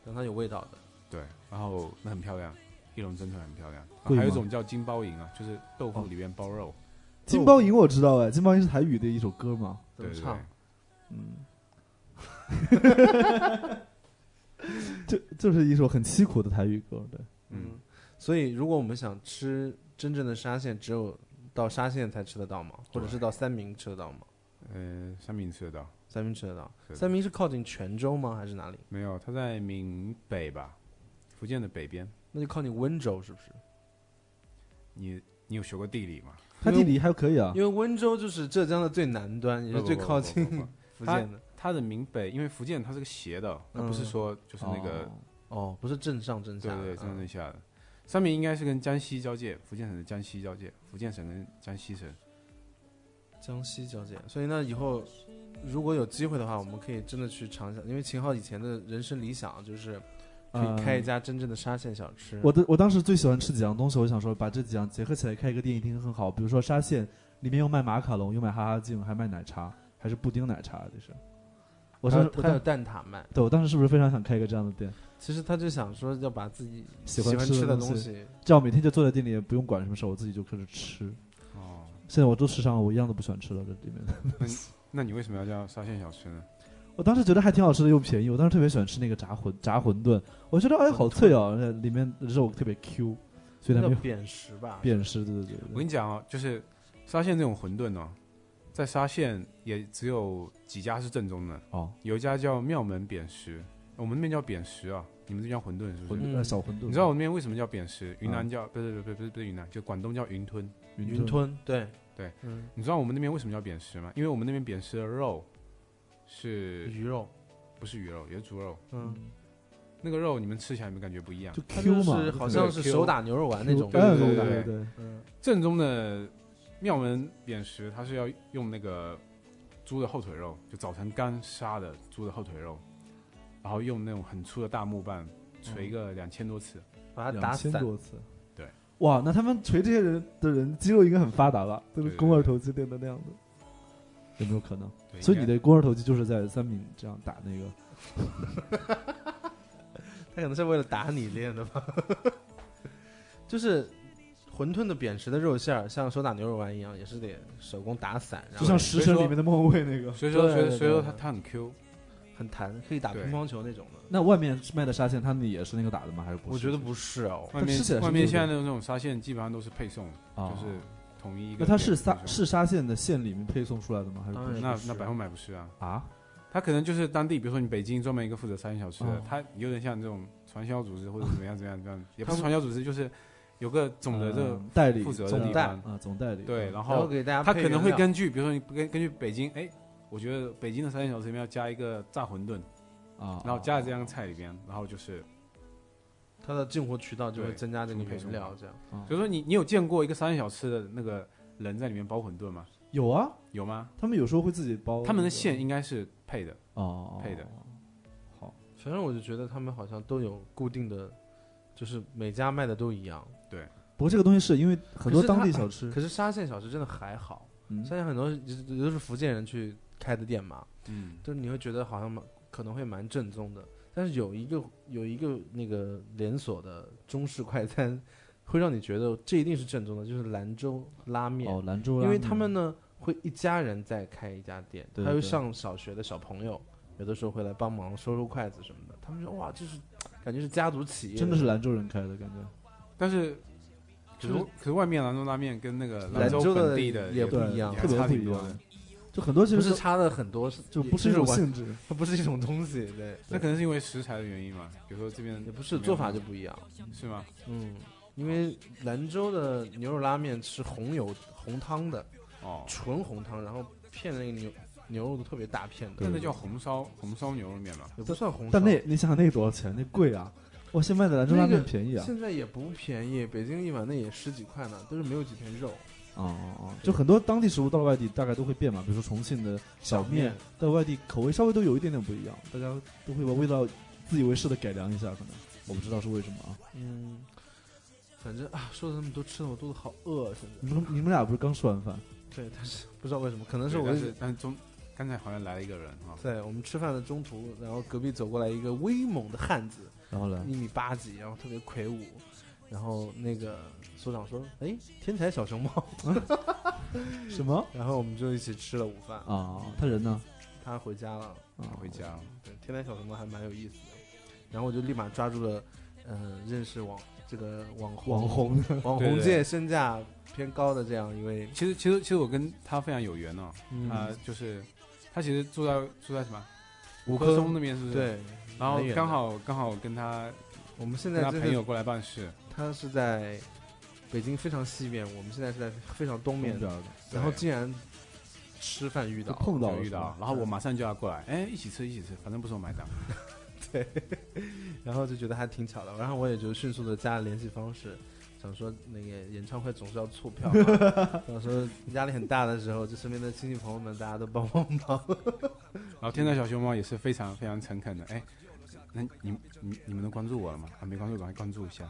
S1: 让它有味道的。
S3: 对，然后那很漂亮，一笼蒸出来很漂亮。然后
S2: 贵
S3: 还有一
S2: 吗
S3: 种叫金包银啊，就是豆
S1: 哦
S3: 腐里边包肉，
S2: 金包银我知道哎，金包银是台语的一首歌嘛，
S1: 怎
S3: 对
S1: 么
S3: 对
S1: 唱
S3: 对？，
S2: 嗯， 就就是一首很凄苦的台语歌，对，
S1: 嗯，所以如果我们想吃真正的沙县，只有到沙县才吃得到吗？或者是到三明吃得到吗？嗯
S3: 呃，三明吃得到
S1: 三明吃得到。
S3: 是的
S1: 三明是靠近泉州吗？还是哪里？
S3: 没有？它在闽北吧，福建的北边。
S1: 那就靠近温州，是不是？
S3: 你你有学过地理吗？
S2: 它地理还可以啊
S1: 因，为温州就是浙江的最南端，也是
S3: 不
S1: 最
S3: 不不
S1: 靠
S3: 不不
S1: 近
S3: 不
S1: 福
S3: 它
S1: 建的。
S3: 它的闽北，因为福建它是个斜的，它不是
S1: 嗯
S3: 说就是那个、
S2: 哦
S1: 哦，不是正上正
S3: 对
S1: 下，
S3: 对对，正
S1: 嗯
S3: 对下的。三明应该是跟江西交界，福建省的江西交界，福建省跟江西省。
S1: 江西交界。所以呢，以后如果有机会的话，我们可以真的去尝一下，因为秦昊以前的人生理想就是可
S3: 嗯
S1: 以开一家真正的沙县小吃。
S2: 嗯我的我当时最喜欢吃几样东西，我想说把这几样结合起来开一个电影厅很好。比如说沙县里面又卖马卡龙，又卖哈哈镜，还卖奶茶，还是布丁奶茶，这是。我
S1: 还
S2: 当
S1: 有
S2: 时我
S1: 还有
S2: 当
S1: 蛋挞卖。
S2: 对我当时是不是非常想开一个这样的店？
S1: 其实他就想说要把自己
S2: 喜欢
S1: 欢
S2: 吃的
S1: 吃的
S2: 东
S1: 东
S2: 西
S1: 西，
S2: 这样每天就坐在店里，也不用管什么事，我自己就开始吃。
S3: 哦，
S2: 现在我都吃上了，我一样都不喜欢吃了。这里面 的，
S3: 那你为什么要叫沙县小吃呢？
S2: 我当时觉得还挺好吃的，又便宜。我当时特别喜欢吃那个炸馄炸馄饨，我觉得哎好脆哦，那里面肉特别 Q，所以它
S1: 那叫
S2: 没有
S1: 扁食吧？
S2: 变湿。对对对
S3: 我
S2: 对
S3: 跟你讲哦，就是沙县这种馄饨哦，在沙县也只有几家是正宗的，
S2: 哦，
S3: 有一家叫庙门扁食，我们那边叫扁食啊，你们这叫馄饨是不
S2: 馄
S3: 是？
S1: 嗯
S2: 呃饨小馄饨，
S3: 你知道我们那边为什么叫扁食？云南
S2: 啊
S3: 叫不是不是不是不是云南，就广东叫云吞。
S1: 云吞，对
S3: 对，
S1: 嗯，
S3: 你知道我们那边为什么叫扁食吗？因为我们那边扁食的肉是
S1: 鱼肉，
S3: 不是鱼肉，也是猪肉，
S1: 嗯，
S3: 那个肉你们吃起来有没有感觉不一样
S2: 就？
S1: 它
S2: Q 嘛，
S1: 就是好像是手打牛肉丸那种，
S2: 对
S3: 对
S2: 对
S3: 对
S2: 对
S3: 对
S2: 对，
S1: 嗯，
S3: 正宗的庙门扁食，它是要用那个猪的后腿肉，就早晨刚杀的猪的后腿肉，然后用那种很粗的大木棒锤个两千多次，
S1: 把它
S2: 两
S1: 打
S2: 千
S1: 散，
S2: 多次。
S3: 对，
S2: 哇，那他们锤这些人的人肌肉应该很发达吧？都是
S3: 对对
S2: 肱二头肌练的那样的，有没有可能？
S3: 对
S2: 所以
S3: 应
S2: 你
S3: 该
S2: 的肱二头肌就是在三米这样打那个，
S1: 他可能是为了打你练的吧？ 就是馄饨的扁食的肉馅儿，像手打牛肉丸一样，也是得手工打散，然
S2: 就
S1: 后
S2: 像《食神》里面的莫文蔚那个。
S3: 所以说
S1: 对
S3: 所以
S1: 对
S3: 所以说
S1: 对
S3: 它它很 Q，
S1: 很弹，可以打
S3: 对
S1: 乒乓球那种的。
S2: 那外面卖的沙县，他们也是那个打的吗？还是不是？
S1: 我觉得不是哦，
S3: 外
S2: 吃起来是
S3: 面外面
S2: 不是
S3: 现在的那种沙县基本上都是配送，
S2: 啊，
S3: 就是统一一个配。
S2: 那它是沙
S3: 配送
S2: 是沙县的县里面配送出来的吗？还是
S1: 当
S2: 不
S1: 然
S2: 是
S3: 那
S1: 不是
S3: 那百分百不是啊，
S2: 啊？
S3: 他可能就是当地，比如说你北京专门一个负责沙县小吃的
S2: 哦，
S3: 他有点像这种传销组织或者怎么样怎么样怎么样，也不
S1: 他
S3: 是传销组织，就是有个总的这个
S2: 嗯代理
S3: 负责的
S2: 总
S3: 地
S2: 代
S3: 方
S2: 啊，总代理
S3: 对，然
S1: 然后
S3: 后
S1: 给大家
S3: 他
S1: 配
S3: 可能
S1: 原
S3: 会
S1: 料
S3: 根据，比如说你根根据北京，哎，我觉得北京的沙县小吃里面要加一个炸馄饨，
S2: 啊，
S3: 然后加在这
S2: 样
S3: 样菜里边，然后就是，
S1: 它的进货渠道就会
S3: 对
S1: 增加这个
S3: 这么配送
S1: 原料
S3: 法，
S1: 这样。
S3: 比如说你你有见过一个沙县小吃的那个人在里面包馄饨吗？
S2: 有啊，
S3: 有吗？
S2: 他们有时候会自己包
S3: 他们的
S2: 那个
S3: 馅应该是配的，
S2: 哦
S3: 配的。
S2: 好，
S1: 反正我就觉得他们好像都有固定的，就是每家卖的都一样。
S2: 不过这个东西是因为很多当地小吃，
S1: 可是沙县小吃真的还好，
S2: 嗯
S1: 沙县很多也都是福建人去开的店嘛，
S3: 嗯，
S1: 就是你会觉得好像蛮可能会蛮正宗的，但是有一个有一个那个连锁的中式快餐，会让你觉得这一定是正宗的，就是兰州拉面，
S2: 哦，兰州拉面，
S1: 因为他们呢会一家人再开一家店，
S2: 对
S1: 还有
S2: 对
S1: 上小学的小朋友，有的时候会来帮忙收收筷子什么的，他们说哇，这是感觉是家族企业，
S2: 真的是兰州人开的感觉。
S3: 但是可
S1: 就是是
S3: 可是外面兰州拉面跟那个
S1: 兰
S3: 州
S1: 州的
S3: 本地的
S1: 也不
S2: 对
S1: 一样
S3: 也
S2: 特别
S3: 差
S2: 不
S3: 挺
S2: 一
S3: 多的
S2: 样。就很多其
S1: 不
S2: 实
S1: 是
S2: 都
S1: 差的很多，是
S2: 就
S1: 也
S2: 不是一种
S1: 完
S2: 性质，
S1: 它 不是一种东西，对，
S3: 那可能是因为食材的原因嘛，比如说这边
S1: 也不是做法就不一样，
S3: 是吗？
S1: 嗯，因为兰州的牛肉拉面是红油红汤的，
S3: 哦，
S1: 纯红汤，然后片的那个牛牛肉都特别大片的
S3: 那，那叫红烧红烧牛肉面嘛，
S1: 也不算红烧，
S2: 但那你想想那个多少钱？那贵啊！哇，现在的兰州拉面便宜啊！
S1: 现在也不便宜，北京一碗那也十几块呢，都是没有几片肉。
S2: 哦哦哦，就很多当地食物到了外地大概都会变嘛，比如说重庆的小面，到外地口味稍微都有一点点不一样，大家都会把味道自以为是的改良一下，可能我不知道是为什么啊。
S1: 嗯，反正啊，说了那么多吃的，我肚子好饿，现在。
S2: 你们你们俩不是刚吃完饭？
S1: 对，但是不知道为什么，可能
S3: 但
S1: 是我
S3: 但
S1: 跟
S3: 是但是中刚才好像来了一个人啊，
S1: 对我们吃饭的中途，然后隔壁走过来一个威猛的汉子，
S2: 然后呢？
S1: 一米八几，然后特别魁梧，然后那个所长说：“哎，天才小熊猫。
S2: 什么？”
S1: 然后我们就一起吃了午饭。
S2: 啊，他人呢？
S1: 他回家了，
S2: 啊，
S3: 回家了。
S1: 对，天才小熊猫还蛮有意思的。然后我就立马抓住了，呃，认识网这个网红
S2: 网红的，
S1: 网
S3: 哦对
S1: 红
S3: 对
S1: 界身价偏高的这样一位，
S3: 其实其实其实我跟他非常有缘呢，
S1: 嗯
S3: 他就是他其实住在住在什么
S1: 五
S3: 科松那边是不是？。
S1: 对，
S3: 然后
S1: 蛮远的
S3: 刚好刚好跟他
S1: 我们现
S3: 跟
S1: 在
S3: 他
S1: 真
S3: 朋
S1: 的
S3: 友过来办事，
S1: 他是在北京非常西边，我们现在是在非常东面
S2: 边，的，
S1: 然后
S3: 对
S1: 竟然吃饭遇到
S2: 就碰到
S3: 就
S2: 了
S3: 遇到，，然后我
S1: 嗯
S3: 马上就要过来，哎，一起吃一起吃，反正不是我买单。
S1: 然后就觉得还挺巧的，然后我也就迅速的加了联系方式，想说那个演唱会总是要促票 嘛，想说压力很大的时候，就身边的亲戚朋友们大家都帮帮忙，
S3: 然后天才小熊猫也是非常非常诚恳的，哎，那你你你们都关注我了吗？啊，没关注，赶快关注一下。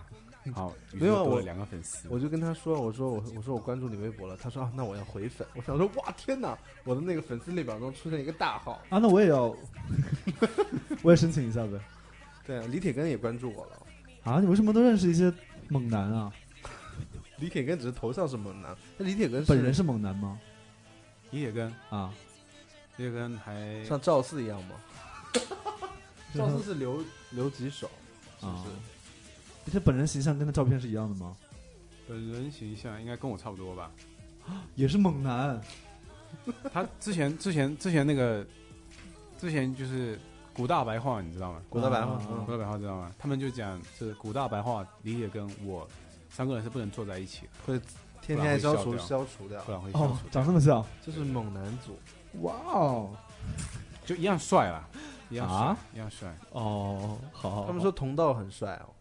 S3: 好，于是
S1: 没有啊
S3: 多了
S1: 我
S3: 两个粉丝，
S1: 我就跟他说，我说我我说我关注你微博了，他说啊那我要回粉，我想说哇天哪，我的那个粉丝列表中出现一个大号，
S2: 啊，那我也要， 我也申请一下呗。
S1: 对，啊李铁根也关注我了，
S2: 啊，你为什么都认识一些猛男啊？
S1: 李铁根只是头像是猛男，那李铁根
S2: 本人是猛男吗？
S3: 李铁根，
S2: 啊，
S3: 李铁根还
S1: 像赵四一样吗？
S2: 是
S1: 赵
S2: 他
S1: 四是 留留几手，是不
S2: 啊
S1: 是？，
S2: 他本人形象跟他照片是一样的吗？
S3: 本呃人形象应该跟我差不多吧。
S2: 也是猛男，
S3: 他之前之前之前那个，之前就是古大白话，你知道吗？
S1: 古大白话
S2: 啊
S3: 古大白话知道吗？他们就讲是古大白话，李铁跟我三个人是不能坐在一起的，
S1: 会天
S3: 不
S1: 天
S3: 然会
S1: 消
S3: 消
S1: 除
S3: 掉
S1: 消除掉
S3: 不，然会消
S2: 哦
S3: 除，掉。
S2: 长这么像，
S1: 这是猛男组。
S2: 哇哦，
S3: 就一样帅啦，一样帅
S2: 啊，
S3: 一样帅，
S2: 哦，好好，
S1: 他们说同道很帅哦，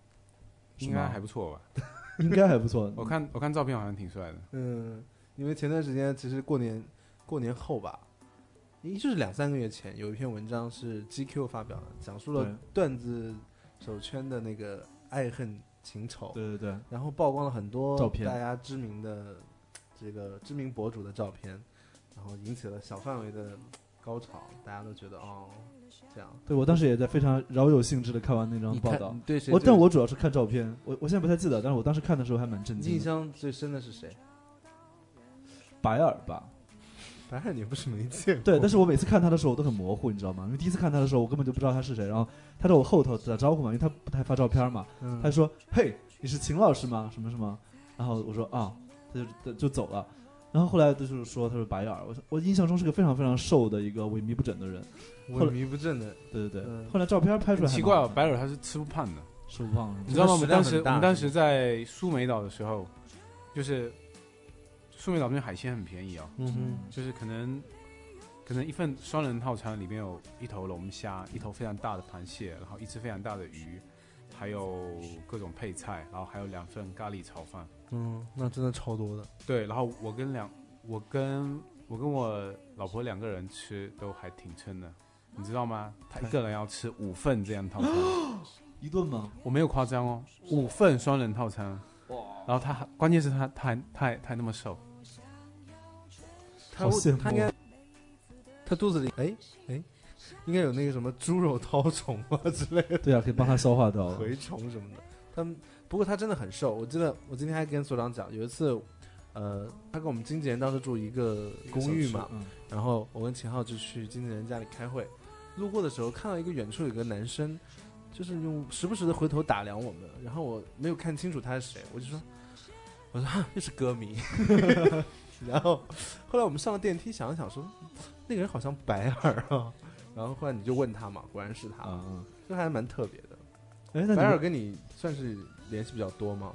S3: 应该还不错吧？
S2: 好应该还不错，
S3: 我看我看照片好像挺帅的。
S1: 嗯，因为前段时间其实过年过年后吧，应就是两三个月前，有一篇文章是 GQ 发表的，讲述了段子手圈的那个爱恨情仇，
S2: 对对对，
S1: 然后曝光了很多
S2: 照片
S1: 大家知名的这个知名博主的照片，然后引起了小范围的高潮，大家都觉得哦，这样
S2: 对我当时也在非常饶有兴致的看完那张
S1: 你
S2: 报
S1: 看
S2: 道，
S1: 你对谁
S2: 我
S1: 最
S2: 但我主要是看照片，我我现在不太记得，但是我当时看的时候还蛮震
S1: 你
S2: 惊
S1: 印
S2: 的，
S1: 象最深的是谁？
S2: 白耳吧。
S1: 白汉你不是没见过？
S2: 对，但是我每次看他的时候我都很模糊，你知道吗？因为第一次看他的时候，我根本就不知道他是谁。然后他在我后头打招呼嘛，因为他不太发照片嘛，
S1: 嗯
S2: 他说：“嘿，你是秦老师吗？什么什么？”然后我说：“啊。”他就他就走了。然后后来就是说他是白眼儿，我说我印象中是个非常非常瘦的一个萎靡不振的人。后
S1: 萎
S2: 来
S1: 靡不振的，
S2: 对对对，
S1: 嗯
S2: 后来照片拍出来还
S3: 奇怪
S2: 蛮好，
S3: 哦
S2: 看
S3: 白耳他是吃不胖的，
S2: 瘦不胖
S3: 你
S2: 了
S3: 知道吗？我
S1: 食
S3: 们
S1: 量
S3: 当
S1: 很
S3: 时我
S1: 大
S3: 们当
S1: 是吗
S3: 时在苏梅岛的时候，就是苏梅岛那边海鲜很便宜哦，
S1: 嗯哼，
S3: 就是可能可能一份双人套餐里面有一头龙虾，一头非常大的螃蟹，然后一只非常大的鱼，还有各种配菜，然后还有两份咖喱炒饭。
S1: 嗯，那真的超多的。
S3: 对，然后我跟两我跟我跟我老婆两个人吃都还挺撑的，你知道吗？她一个人要吃五份这样套餐，
S2: 一顿吗？
S3: 我没有夸张哦，五份双人套餐。然后她还关键是她她还她还她还那么瘦，
S1: 他
S2: 好羡慕
S1: 他应该，他肚子里哎哎，应该有那个什么猪肉绦虫啊之类的，
S2: 对啊，可以帮他消化掉了。
S1: 蛔虫什么的。他们不过他真的很瘦，我记得我今天还跟所长讲，有一次，呃，他跟我们经纪人当时住一个公寓嘛，
S2: 嗯，
S1: 然后我跟秦昊就去经纪人家里开会，路过的时候看到一个远处有个男生，就是用时不时的回头打量我们，然后我没有看清楚他是谁，我就说，我说哈，又是歌迷。 然后后来我们上了电梯，想了想说，那个人好像白耳啊。然后后来你就问他嘛，果然是他，
S2: 啊，嗯
S1: 这还蛮特别的。
S2: 哎，那你
S1: 白耳
S2: 们
S1: 跟你算是联系比较多吗？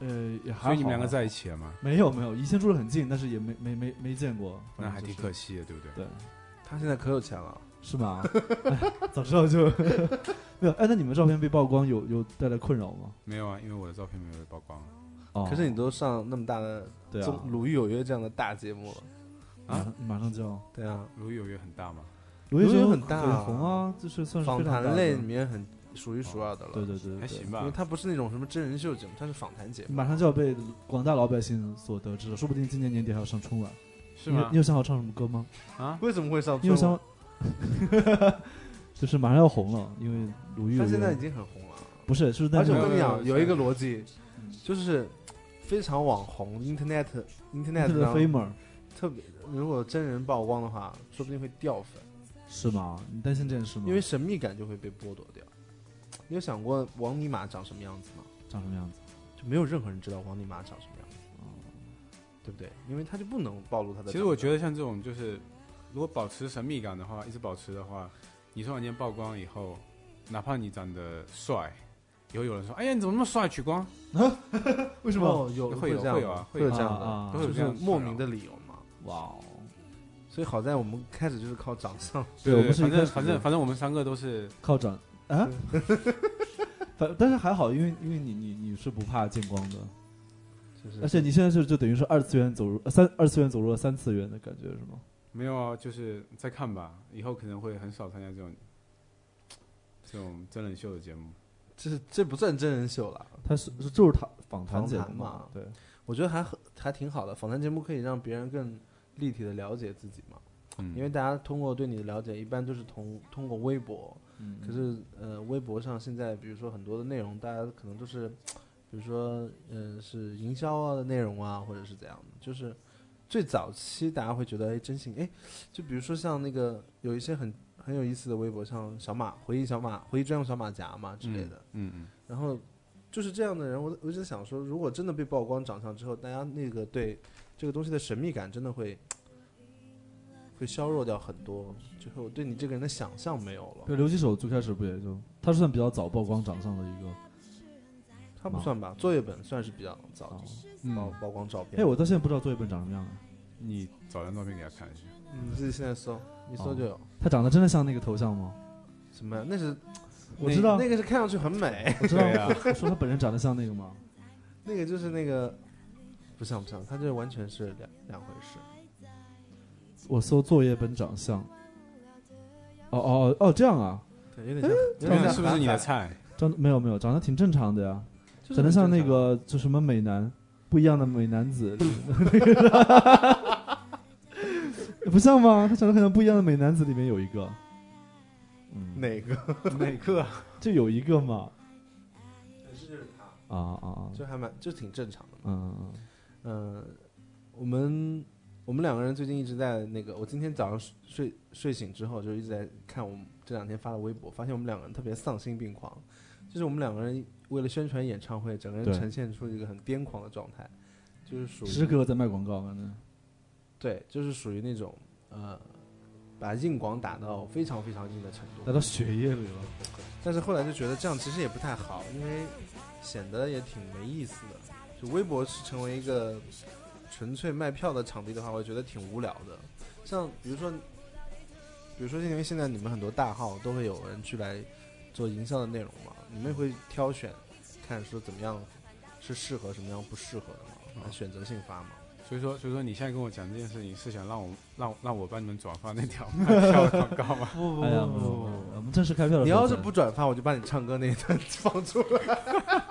S2: 呃也还好
S3: 所以你们两个
S2: 吧
S3: 在一起了吗？
S2: 没有没有，以前住的很近，但是也没没没没见过，
S3: 那还挺可
S2: 惜。
S3: 惜的，对不对？
S2: 对，
S1: 他现在可有钱了，
S2: 是吗？ 哎早知道就没有。哎，那你们照片被曝光有有带来困扰吗？
S3: 没有啊，因为我的照片没有被曝光啊
S2: 哦，
S1: 可是你都上那么大的
S2: 对
S1: 《
S2: 啊
S1: 综，鲁豫有约》这样的大节目了，
S2: 马上马上就要。
S1: 对啊，
S3: 如有约很大吗？
S2: 鲁豫
S1: 豫
S2: 有
S1: 很大啊
S2: 红啊，就是算是
S1: 访
S2: 非常大的
S1: 谈类里面很数一数二的了。
S2: 对对对
S3: 还
S2: 对对
S3: 行。吧
S1: 哦因为，它不是那种什么真人秀节目，它是访谈节目。
S2: 马上就要被广大老百姓所得知了，说不定今年年底还要上春晚。
S3: 是
S2: 你
S3: 吗
S2: 有你？有想好唱什么歌吗？
S3: 啊，
S1: 为什么会上
S2: 你
S1: 春
S2: 有
S1: 晚？
S2: 想， 就是马上要红了，因为鲁豫有
S1: 他
S2: 约。
S1: 现在已经很红了。
S2: 不是，是
S1: 而
S2: 但
S1: 且
S2: 是
S1: 我跟你讲，
S3: 没有
S1: 有一个逻辑
S2: 嗯，
S1: 就是非常网红 Internet Internet
S2: 的
S1: 上
S2: famer
S1: 特别，如果真人曝光的话，说不定会掉粉，
S2: 是吗？你担心这件事吗？
S1: 因为神秘感就会被剥夺掉。你有想过王尼玛长什么样子吗？
S2: 长什么样子？
S1: 就没有任何人知道王尼玛长什么样子，对不对？因为他就不能暴露他的。
S3: 其实我觉，得像这种就是，如果保持神秘感的话，一直保持的话，你突然间曝光以后，哪怕你长得帅，以后有人说：“哎呀，你怎么那么帅，取光
S2: 为什
S1: 哦，有
S3: 会有
S1: 这样
S3: 会有
S1: 的
S3: 啊
S1: 会
S3: 会
S1: 有
S3: 有
S1: 这样
S2: 啊
S1: 的，
S2: 啊
S3: 都会有
S1: 就
S3: 这
S1: 是
S3: 样的
S1: 莫名的理由嘛。
S2: 哇哦，
S1: 所以好在我们开始就是靠长相，？”
S2: 对我们是一
S3: 反
S2: 开
S3: 正
S2: 始
S3: 反正反正我们三个都是
S2: 靠长啊。 反但是还好，因为因为你你你是不怕见光的，
S1: 就是
S2: 而且你现在是就等于是二次元走入呃三二次元走入了三次元的感觉是吗？
S3: 没有啊，就是再看吧，以后可能会很少参加这种这种真人秀的节目。
S1: 这这不算真人秀了，
S2: 他是是就是他访谈
S1: 访
S2: 节目
S1: 谈嘛
S2: 对，
S1: 我觉得还很还挺好的。访谈节目可以让别人更立体的了解自己嘛，
S3: 嗯
S1: 因为大家通过对你的了解，一般都是通通过微博。
S2: 嗯
S1: 可是呃，微博上现在比如说很多的内容，大家可能都是，比如说呃是营销啊的内容啊，或者是怎样的，就是最早期大家会觉得哎真性哎，就比如说像那个有一些很很有意思的微博，像小马回忆小马回忆专用小马甲嘛之类的，，
S3: 嗯嗯
S1: 然后就是这样的人，我我一直想说，如果真的被曝光长相之后，大家那个对这个东西的神秘感真的会会削弱掉很多，就是我对你这个人的想象没有
S2: 对
S1: 了。
S2: 刘几手最开始不也就他是算比较早曝光长相的一个
S1: 他不算吧，作业本算是比较早
S2: 啊
S1: 就。曝
S3: 嗯，
S1: 曝光照片。
S2: 哎，我到现在不知道作业本长什么样啊，
S3: 你找张照片给他看一下。
S1: 嗯你自己现在搜，你搜就有。
S2: 他长得真的像那个头像吗？
S1: 什么呀？那是
S2: 我知道
S1: 那个是看上去很美，
S2: 我知道
S3: 对啊
S2: 我说他本人长得像那个吗？
S1: 那个就是那个不像不像，他这完全是两两回事。
S2: 我搜作业本长相。哦哦哦，这样啊，
S1: 对，有点像，有点像
S3: 是不是你的
S1: 韩寒？
S3: 菜？
S2: 长没有没有，长得挺正常的呀，
S1: 就是
S2: 长得像
S1: 很正
S2: 那个就什么美男，不一样的美 男子，不像吗？他长得很像不一样的美男子里面有一个，
S1: 常
S2: 嗯，
S1: 哪个？
S3: 哪个？
S2: 就有一个嘛，
S1: 就是他。
S2: 啊啊啊，
S1: 就还蛮就挺正常的嘛。
S2: 嗯，
S1: 嗯、我们我们两个人最近一直在那个，我今天早上睡睡睡醒之后就一直在看我们这两天发的微博，发现我们两个人特别丧心病狂，就是我们两个人为了宣传演唱会，整个人
S2: 对
S1: 呈现出一个很癫狂的状态，就是属
S2: 时时
S1: 于
S2: 刻刻在卖广告，反正
S1: 对，就是属于那种呃。把硬广打到非常非常硬的程
S2: 来
S1: 度，
S2: 到血液里了。
S1: 但是后来就觉得这样其实也不太好，因为显得也挺没意思的。就微博是成为一个纯粹卖票的场地的话，我觉得挺无聊的。像比如说，比如说因为现在你们很多大号都会有人去来做营销的内容嘛，你们也会挑选看说怎么样是适合什么样不适合的嘛，来选择性发嘛。
S3: 所以说，所以说你现在跟我讲这件事情，是想让我让让我帮你们转发那条卖票的广告 吗？
S1: 不不
S2: 哎呀，不不不，我们正式开票的
S1: 你
S2: 时候
S1: 要是
S2: 再
S1: 不转发，我就把你唱歌那一段 放出来。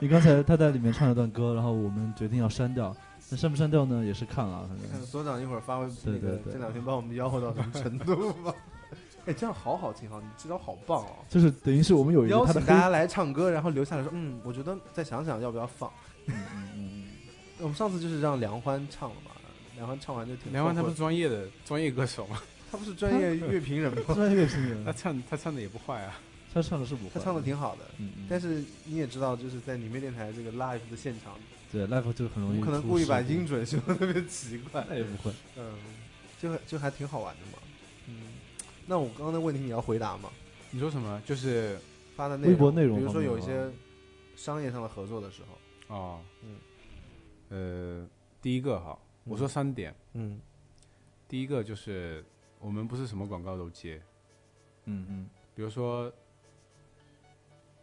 S2: 你刚才他在里面唱了段歌，然后我们决定要删掉，那删不删掉呢？也是看了，反
S1: 看
S2: 正
S1: 所长一会儿发挥那
S2: 对对
S1: 个
S2: 对
S1: 这两天帮我们吆喝到什么程度吧。 哎，这样好好听哈，你这招好棒哦！
S2: 就是等于是我们有一个
S1: 邀
S2: 他
S1: 请
S2: 的
S1: 大
S2: 黑，
S1: 家来唱歌，然后留下来说，嗯，我觉得再想想要不要放。我们上次就是让梁欢唱了嘛，梁欢唱完就挺
S3: 梁欢他
S1: 后
S3: 不
S1: 悔
S3: 是专业的专业歌手吗？
S1: 他不是专业乐评人吗？
S2: 专业乐评人
S3: 他，唱他唱的也不坏啊。
S2: 他唱的是不会，
S1: 他唱的挺好的。
S2: 嗯，嗯
S1: 但是你也知道，就是在你们电台这个 live 的现场，
S2: 对 live 就很容易
S1: 我可
S2: 出事故，
S1: 能故意把音准修的特别奇怪，
S2: 那也不会，
S1: 嗯，就就还挺好玩的嘛。嗯，那我刚刚的问题你要回答吗？
S3: 你说什么？就是
S1: 发的内
S2: 微博内容
S1: 比如说
S2: 方面
S1: 有一
S2: 吗
S1: 些商业上的合作的时候，
S3: 哦，嗯，呃，第一个哈，我说三点，
S1: 嗯，
S3: 第一个就是我们不是什么广告都接，
S2: 嗯嗯，
S3: 比如说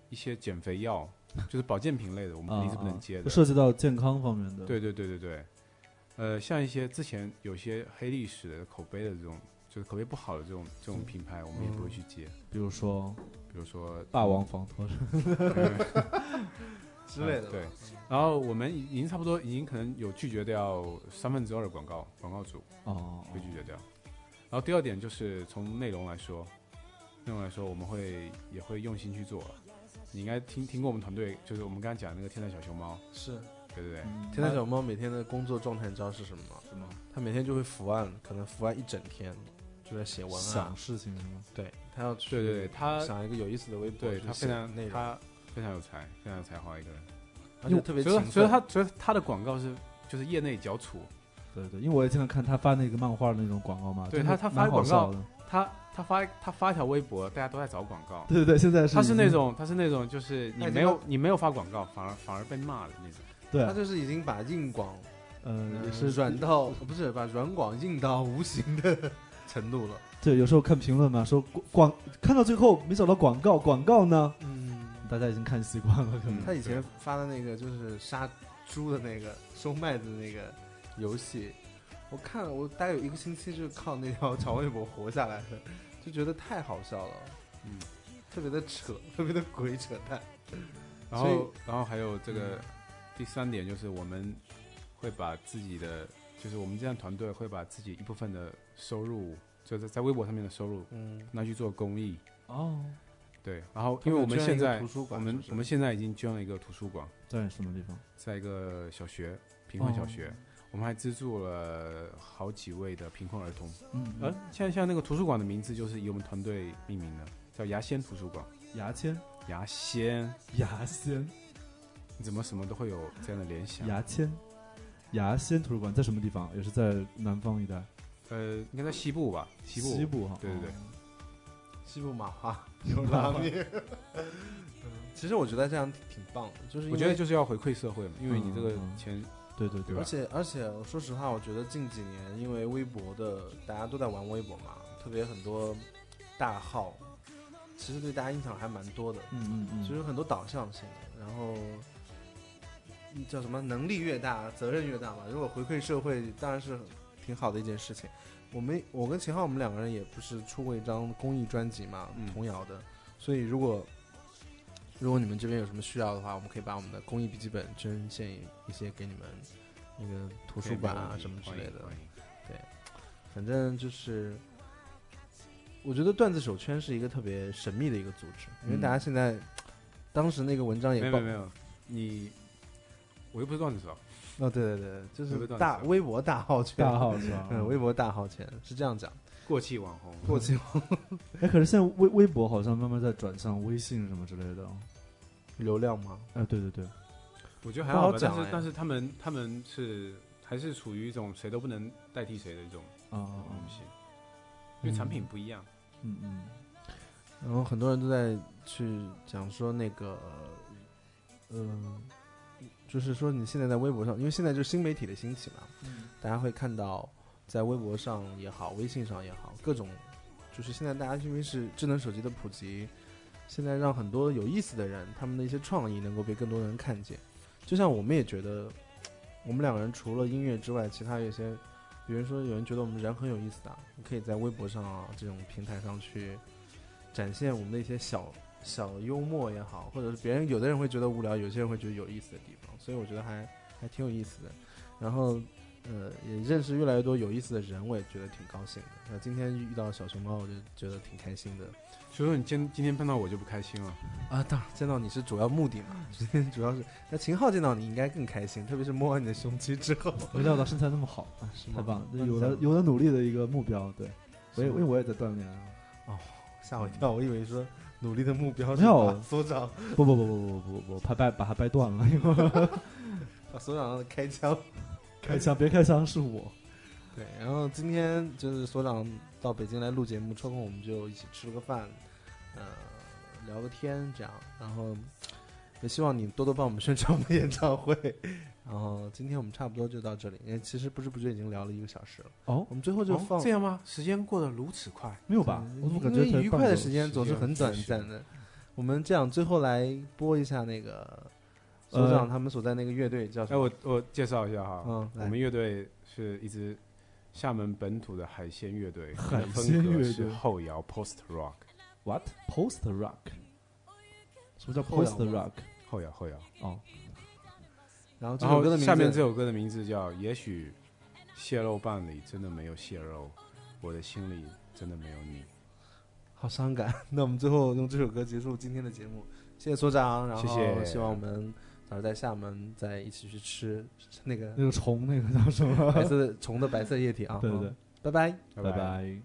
S3: 一些减肥药，就是保健品类的，我
S1: 啊
S3: 们肯定是不能接
S2: 嗯不
S3: 的。
S2: 涉及到健康方面的，，
S3: 对对对对对，呃，像一些之前有些黑历史的口碑的这种，就是口碑不好的这种这种品牌，我们也不会去接。
S2: 比如说
S3: 比如说
S2: 嗯霸王防脱是吧
S1: 之类的吧。
S3: 对，然后我们已经差不多，已经可能有拒绝掉三分之二的广告广告主
S2: 哦，
S3: 会拒绝掉。然后第二点就是从内容来说，内容来说我们会也会用心去做。你应该听听过我们团队，就是我们刚才讲那个天才小熊猫，
S1: 是。
S3: 对对对，
S2: 嗯
S1: 天才小猫每天的工作状态你知道是什么吗？
S2: 什么
S1: 他每天就会伏案，可能伏案一整天，就在写文案
S2: 想。事情是吗？
S1: 对他要去
S3: 对对对，他
S1: 想一个有意思的微博，
S3: 对
S1: 去
S3: 他
S1: 写
S3: 非
S1: 内
S3: 常
S1: 容，
S3: 他非常有才，非常有才华一个人，
S1: 而且特别
S3: 所以
S1: 勤
S3: 说所以
S1: 奋。
S3: 他所以他的广告是就是业内翘楚，
S2: 对对，因为我也经常看他发那个漫画的那种广告嘛，
S3: 对
S2: 真
S3: 他
S2: 的
S3: 他发
S2: 蛮好
S3: 广告
S2: 笑的，
S3: 他他发他发一条微博，大家都在找广告，
S2: 对对对，现在是
S3: 他是
S2: 已
S3: 那
S2: 经
S3: 种他是那种就是你
S1: 那就
S3: 没有你没有发广告，反而反而被骂的那种。
S2: 对
S1: 他，就是已经把硬广
S2: 嗯，也
S1: 呃
S2: 是
S1: 软到不是把软广硬到无形的程度了。
S2: 对，有时候看评论嘛，说广广看到最后没找到广告，广告呢，
S1: 嗯，
S2: 大家已经看习惯了，可
S3: 嗯
S2: 能
S1: 他以前发的那个就是杀猪的那个收麦子的那个游戏，我看了我大概有一个星期就是靠那条 长微博活下来的，就觉得太好笑了，
S3: 嗯，
S1: 特别的扯，特别的鬼扯淡。
S3: 然
S1: 所以嗯
S3: 后然后还有这个第三点就是我们会把自己的就是我们这样团队会把自己一部分的收入就是在微博上面的收入
S1: 嗯，
S3: 拿去做公益，
S2: 哦，
S3: 对，然后因为我们
S1: 他
S3: 现
S1: 捐了一个
S3: 在
S1: 图书
S3: 我
S1: 馆是
S3: 们
S1: 不是
S3: 我们现在已经捐了一个图书馆，
S2: 在什么地方？
S3: 在一个小学贫困小
S2: 哦
S3: 学，我们还资助了好几位的贫困儿童。
S2: 嗯，
S3: 呃，现在像那个图书馆的名字就是以我们团队命名的，叫牙仙图书馆。
S2: 牙签，
S3: 牙仙，
S2: 牙仙，
S3: 你怎么什么都会有这样的联想？
S2: 牙签，牙仙图书馆在什么地方？也是在南方一带，
S3: 呃，应该在西部吧？西部。
S2: 西部哈，
S3: 对对对
S2: 哦，
S1: 西部马 哈牛郎面。 嗯其实我觉得这样挺挺棒的，就是因
S3: 我觉得
S1: 为
S3: 就是要回馈社会嘛，因为你
S2: 嗯
S3: 这个
S2: 嗯
S3: 钱，
S2: 对对
S3: 对
S2: 对
S3: 吧
S1: 而且而且，我说实话，我觉得近几年因为微博的大家都在玩微博嘛，特别很多大号，其实对大家影响还蛮多的，
S2: 嗯嗯嗯，
S1: 其实有很多导向性的。然后嗯叫什么？能力越大，责任越大嘛。如果回馈社会，当然是很挺好的一件事情。我们我跟秦昊，我们两个人也不是出过一张公益专辑嘛，
S3: 嗯
S1: 童谣的。所以如果如果你们这边有什么需要的话，我们可以把我们的公益笔记本捐献一些给你们那个图
S3: 图
S1: 书馆啊什么之类的。反正就是，我觉得段子手圈是一个特别神秘的一个组织，因为
S2: 嗯
S1: 大家现在、当时那个文章也
S3: 没有
S1: 爆
S3: 没有没有，你我又不是段子手，
S1: 哦，对对对，就
S3: 微
S1: 是
S3: 博段子
S1: 大
S3: 手
S1: 微博大号圈，
S2: 大号是吧？
S1: 嗯，微博大号圈是这样讲，
S3: 过气网红。
S1: 过气
S2: 哎，可是现在微微博好像慢慢在转向微信什么之类的。
S1: 流量吗？
S2: 哎，对对对，
S3: 我觉得还
S1: 不好
S3: 好吧，但
S1: 讲
S3: 是
S1: 哎
S3: 但是他们他们是还是处于一种谁都不能代替谁的一种
S2: 啊啊
S3: 东
S2: 啊，
S3: 西，因为产品不一样。
S2: 嗯嗯，
S1: 然后很多人都在去讲说那个，嗯、就是说你现在在微博上，因为现在就是新媒体的兴起嘛，大家会看到在微博上也好，微信上也好，各种就是现在大家因为是智能手机的普及，现在让很多有意思的人他们的一些创意能够被更多人看见。就像我们也觉得，我们两个人除了音乐之外，其他有一些，比如说有人觉得我们人很有意思啊，你可以在微博上啊这种平台上去展现我们的一些小小幽默也好，或者是别人有的人会觉得无聊，有些人会觉得有意思的地方，所以我觉得还还挺有意思的。然后，呃，也认识越来越多有意思的人，我也觉得挺高兴的。那今天遇到小熊猫，我就觉得挺开心的。
S3: 所以说你今今天碰到我就不开心了。
S1: 啊，当然见到你是主要目的嘛，今天主要是那秦昊见到你应该更开心，特别是摸完你的胸肌之后，
S2: 没料到身材那么好，
S1: 是
S2: 太棒了，
S1: 那你
S2: 有
S1: 想
S2: 了有了努力的一个目标，对，我也因为我也在锻炼啊，
S1: 吓我一跳，我以为说努力的目标
S2: 没有
S1: 是把所长
S2: 不不不不不不不，怕掰把它掰断了，因为
S1: 把所长的开枪。
S2: 开枪别开枪是我。
S1: 对，然后今天就是所长到北京来录节目，抽空我们就一起吃了个饭，呃，聊个天这样，然后也希望你多多帮我们宣传我们演唱会。然后今天我们差不多就到这里，因为其实不知不觉已经聊了一个小时了。
S2: 哦
S1: 我，们最后就放、嗯
S3: 这样吗？时间过得如此快，
S2: 没有吧？我怎么感觉
S1: 因为愉快的时间
S3: 时
S1: 总是
S3: 间
S1: 很短
S3: 是
S1: 暂的。我们这样最后来播一下那个所
S2: 呃
S1: 长他们所在那个乐队叫什
S3: 哎，
S1: 么？
S3: 我我介绍一下哈，
S1: 嗯，
S3: 我
S1: 来
S3: 们乐队是一支厦门本土的海鲜乐队，
S2: 海鲜乐
S3: 风格
S2: 队
S3: 是后摇 post rock，
S2: what post rock？什哎么叫
S1: 后摇
S2: post rock？
S3: 后摇后摇。
S2: 哦，
S1: 然后这
S3: 然
S1: 首歌的
S3: 后
S1: 名字
S3: 下面这首歌的名字叫《也许泄露伴里真的没有泄露，我的心里真的没有你
S1: 好伤感。 那我们最后用这首歌结束今天的节目，谢谢所长，然后
S3: 谢谢
S1: 希望我们到时候在厦门再一起去吃那 个
S2: 那个虫那个叫什么？
S1: 白色的虫的白色液体啊。
S2: 对对对，，
S1: 拜拜。》。
S2: 拜
S3: 拜。
S2: 拜。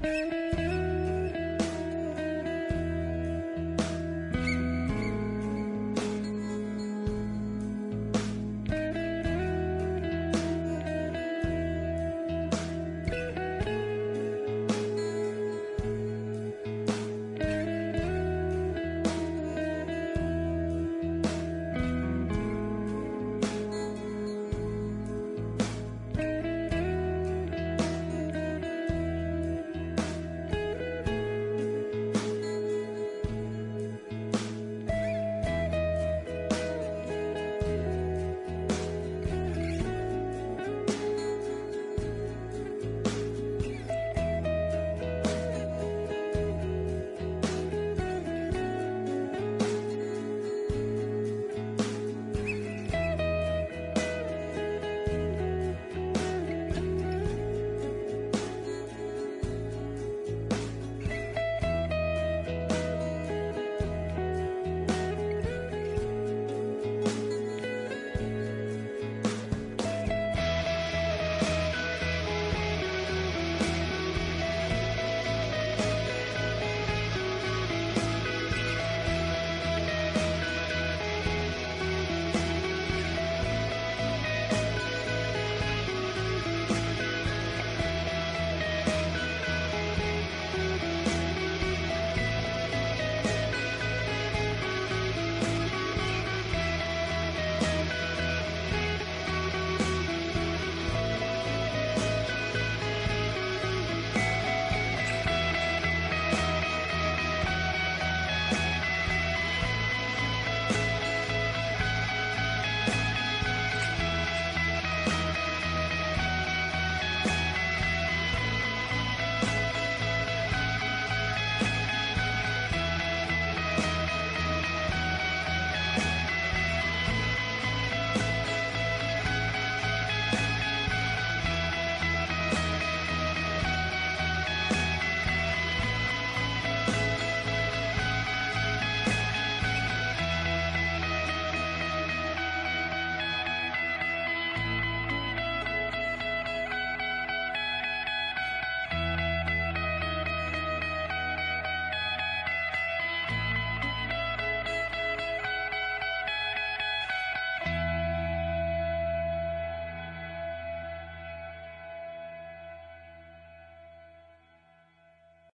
S5: thank you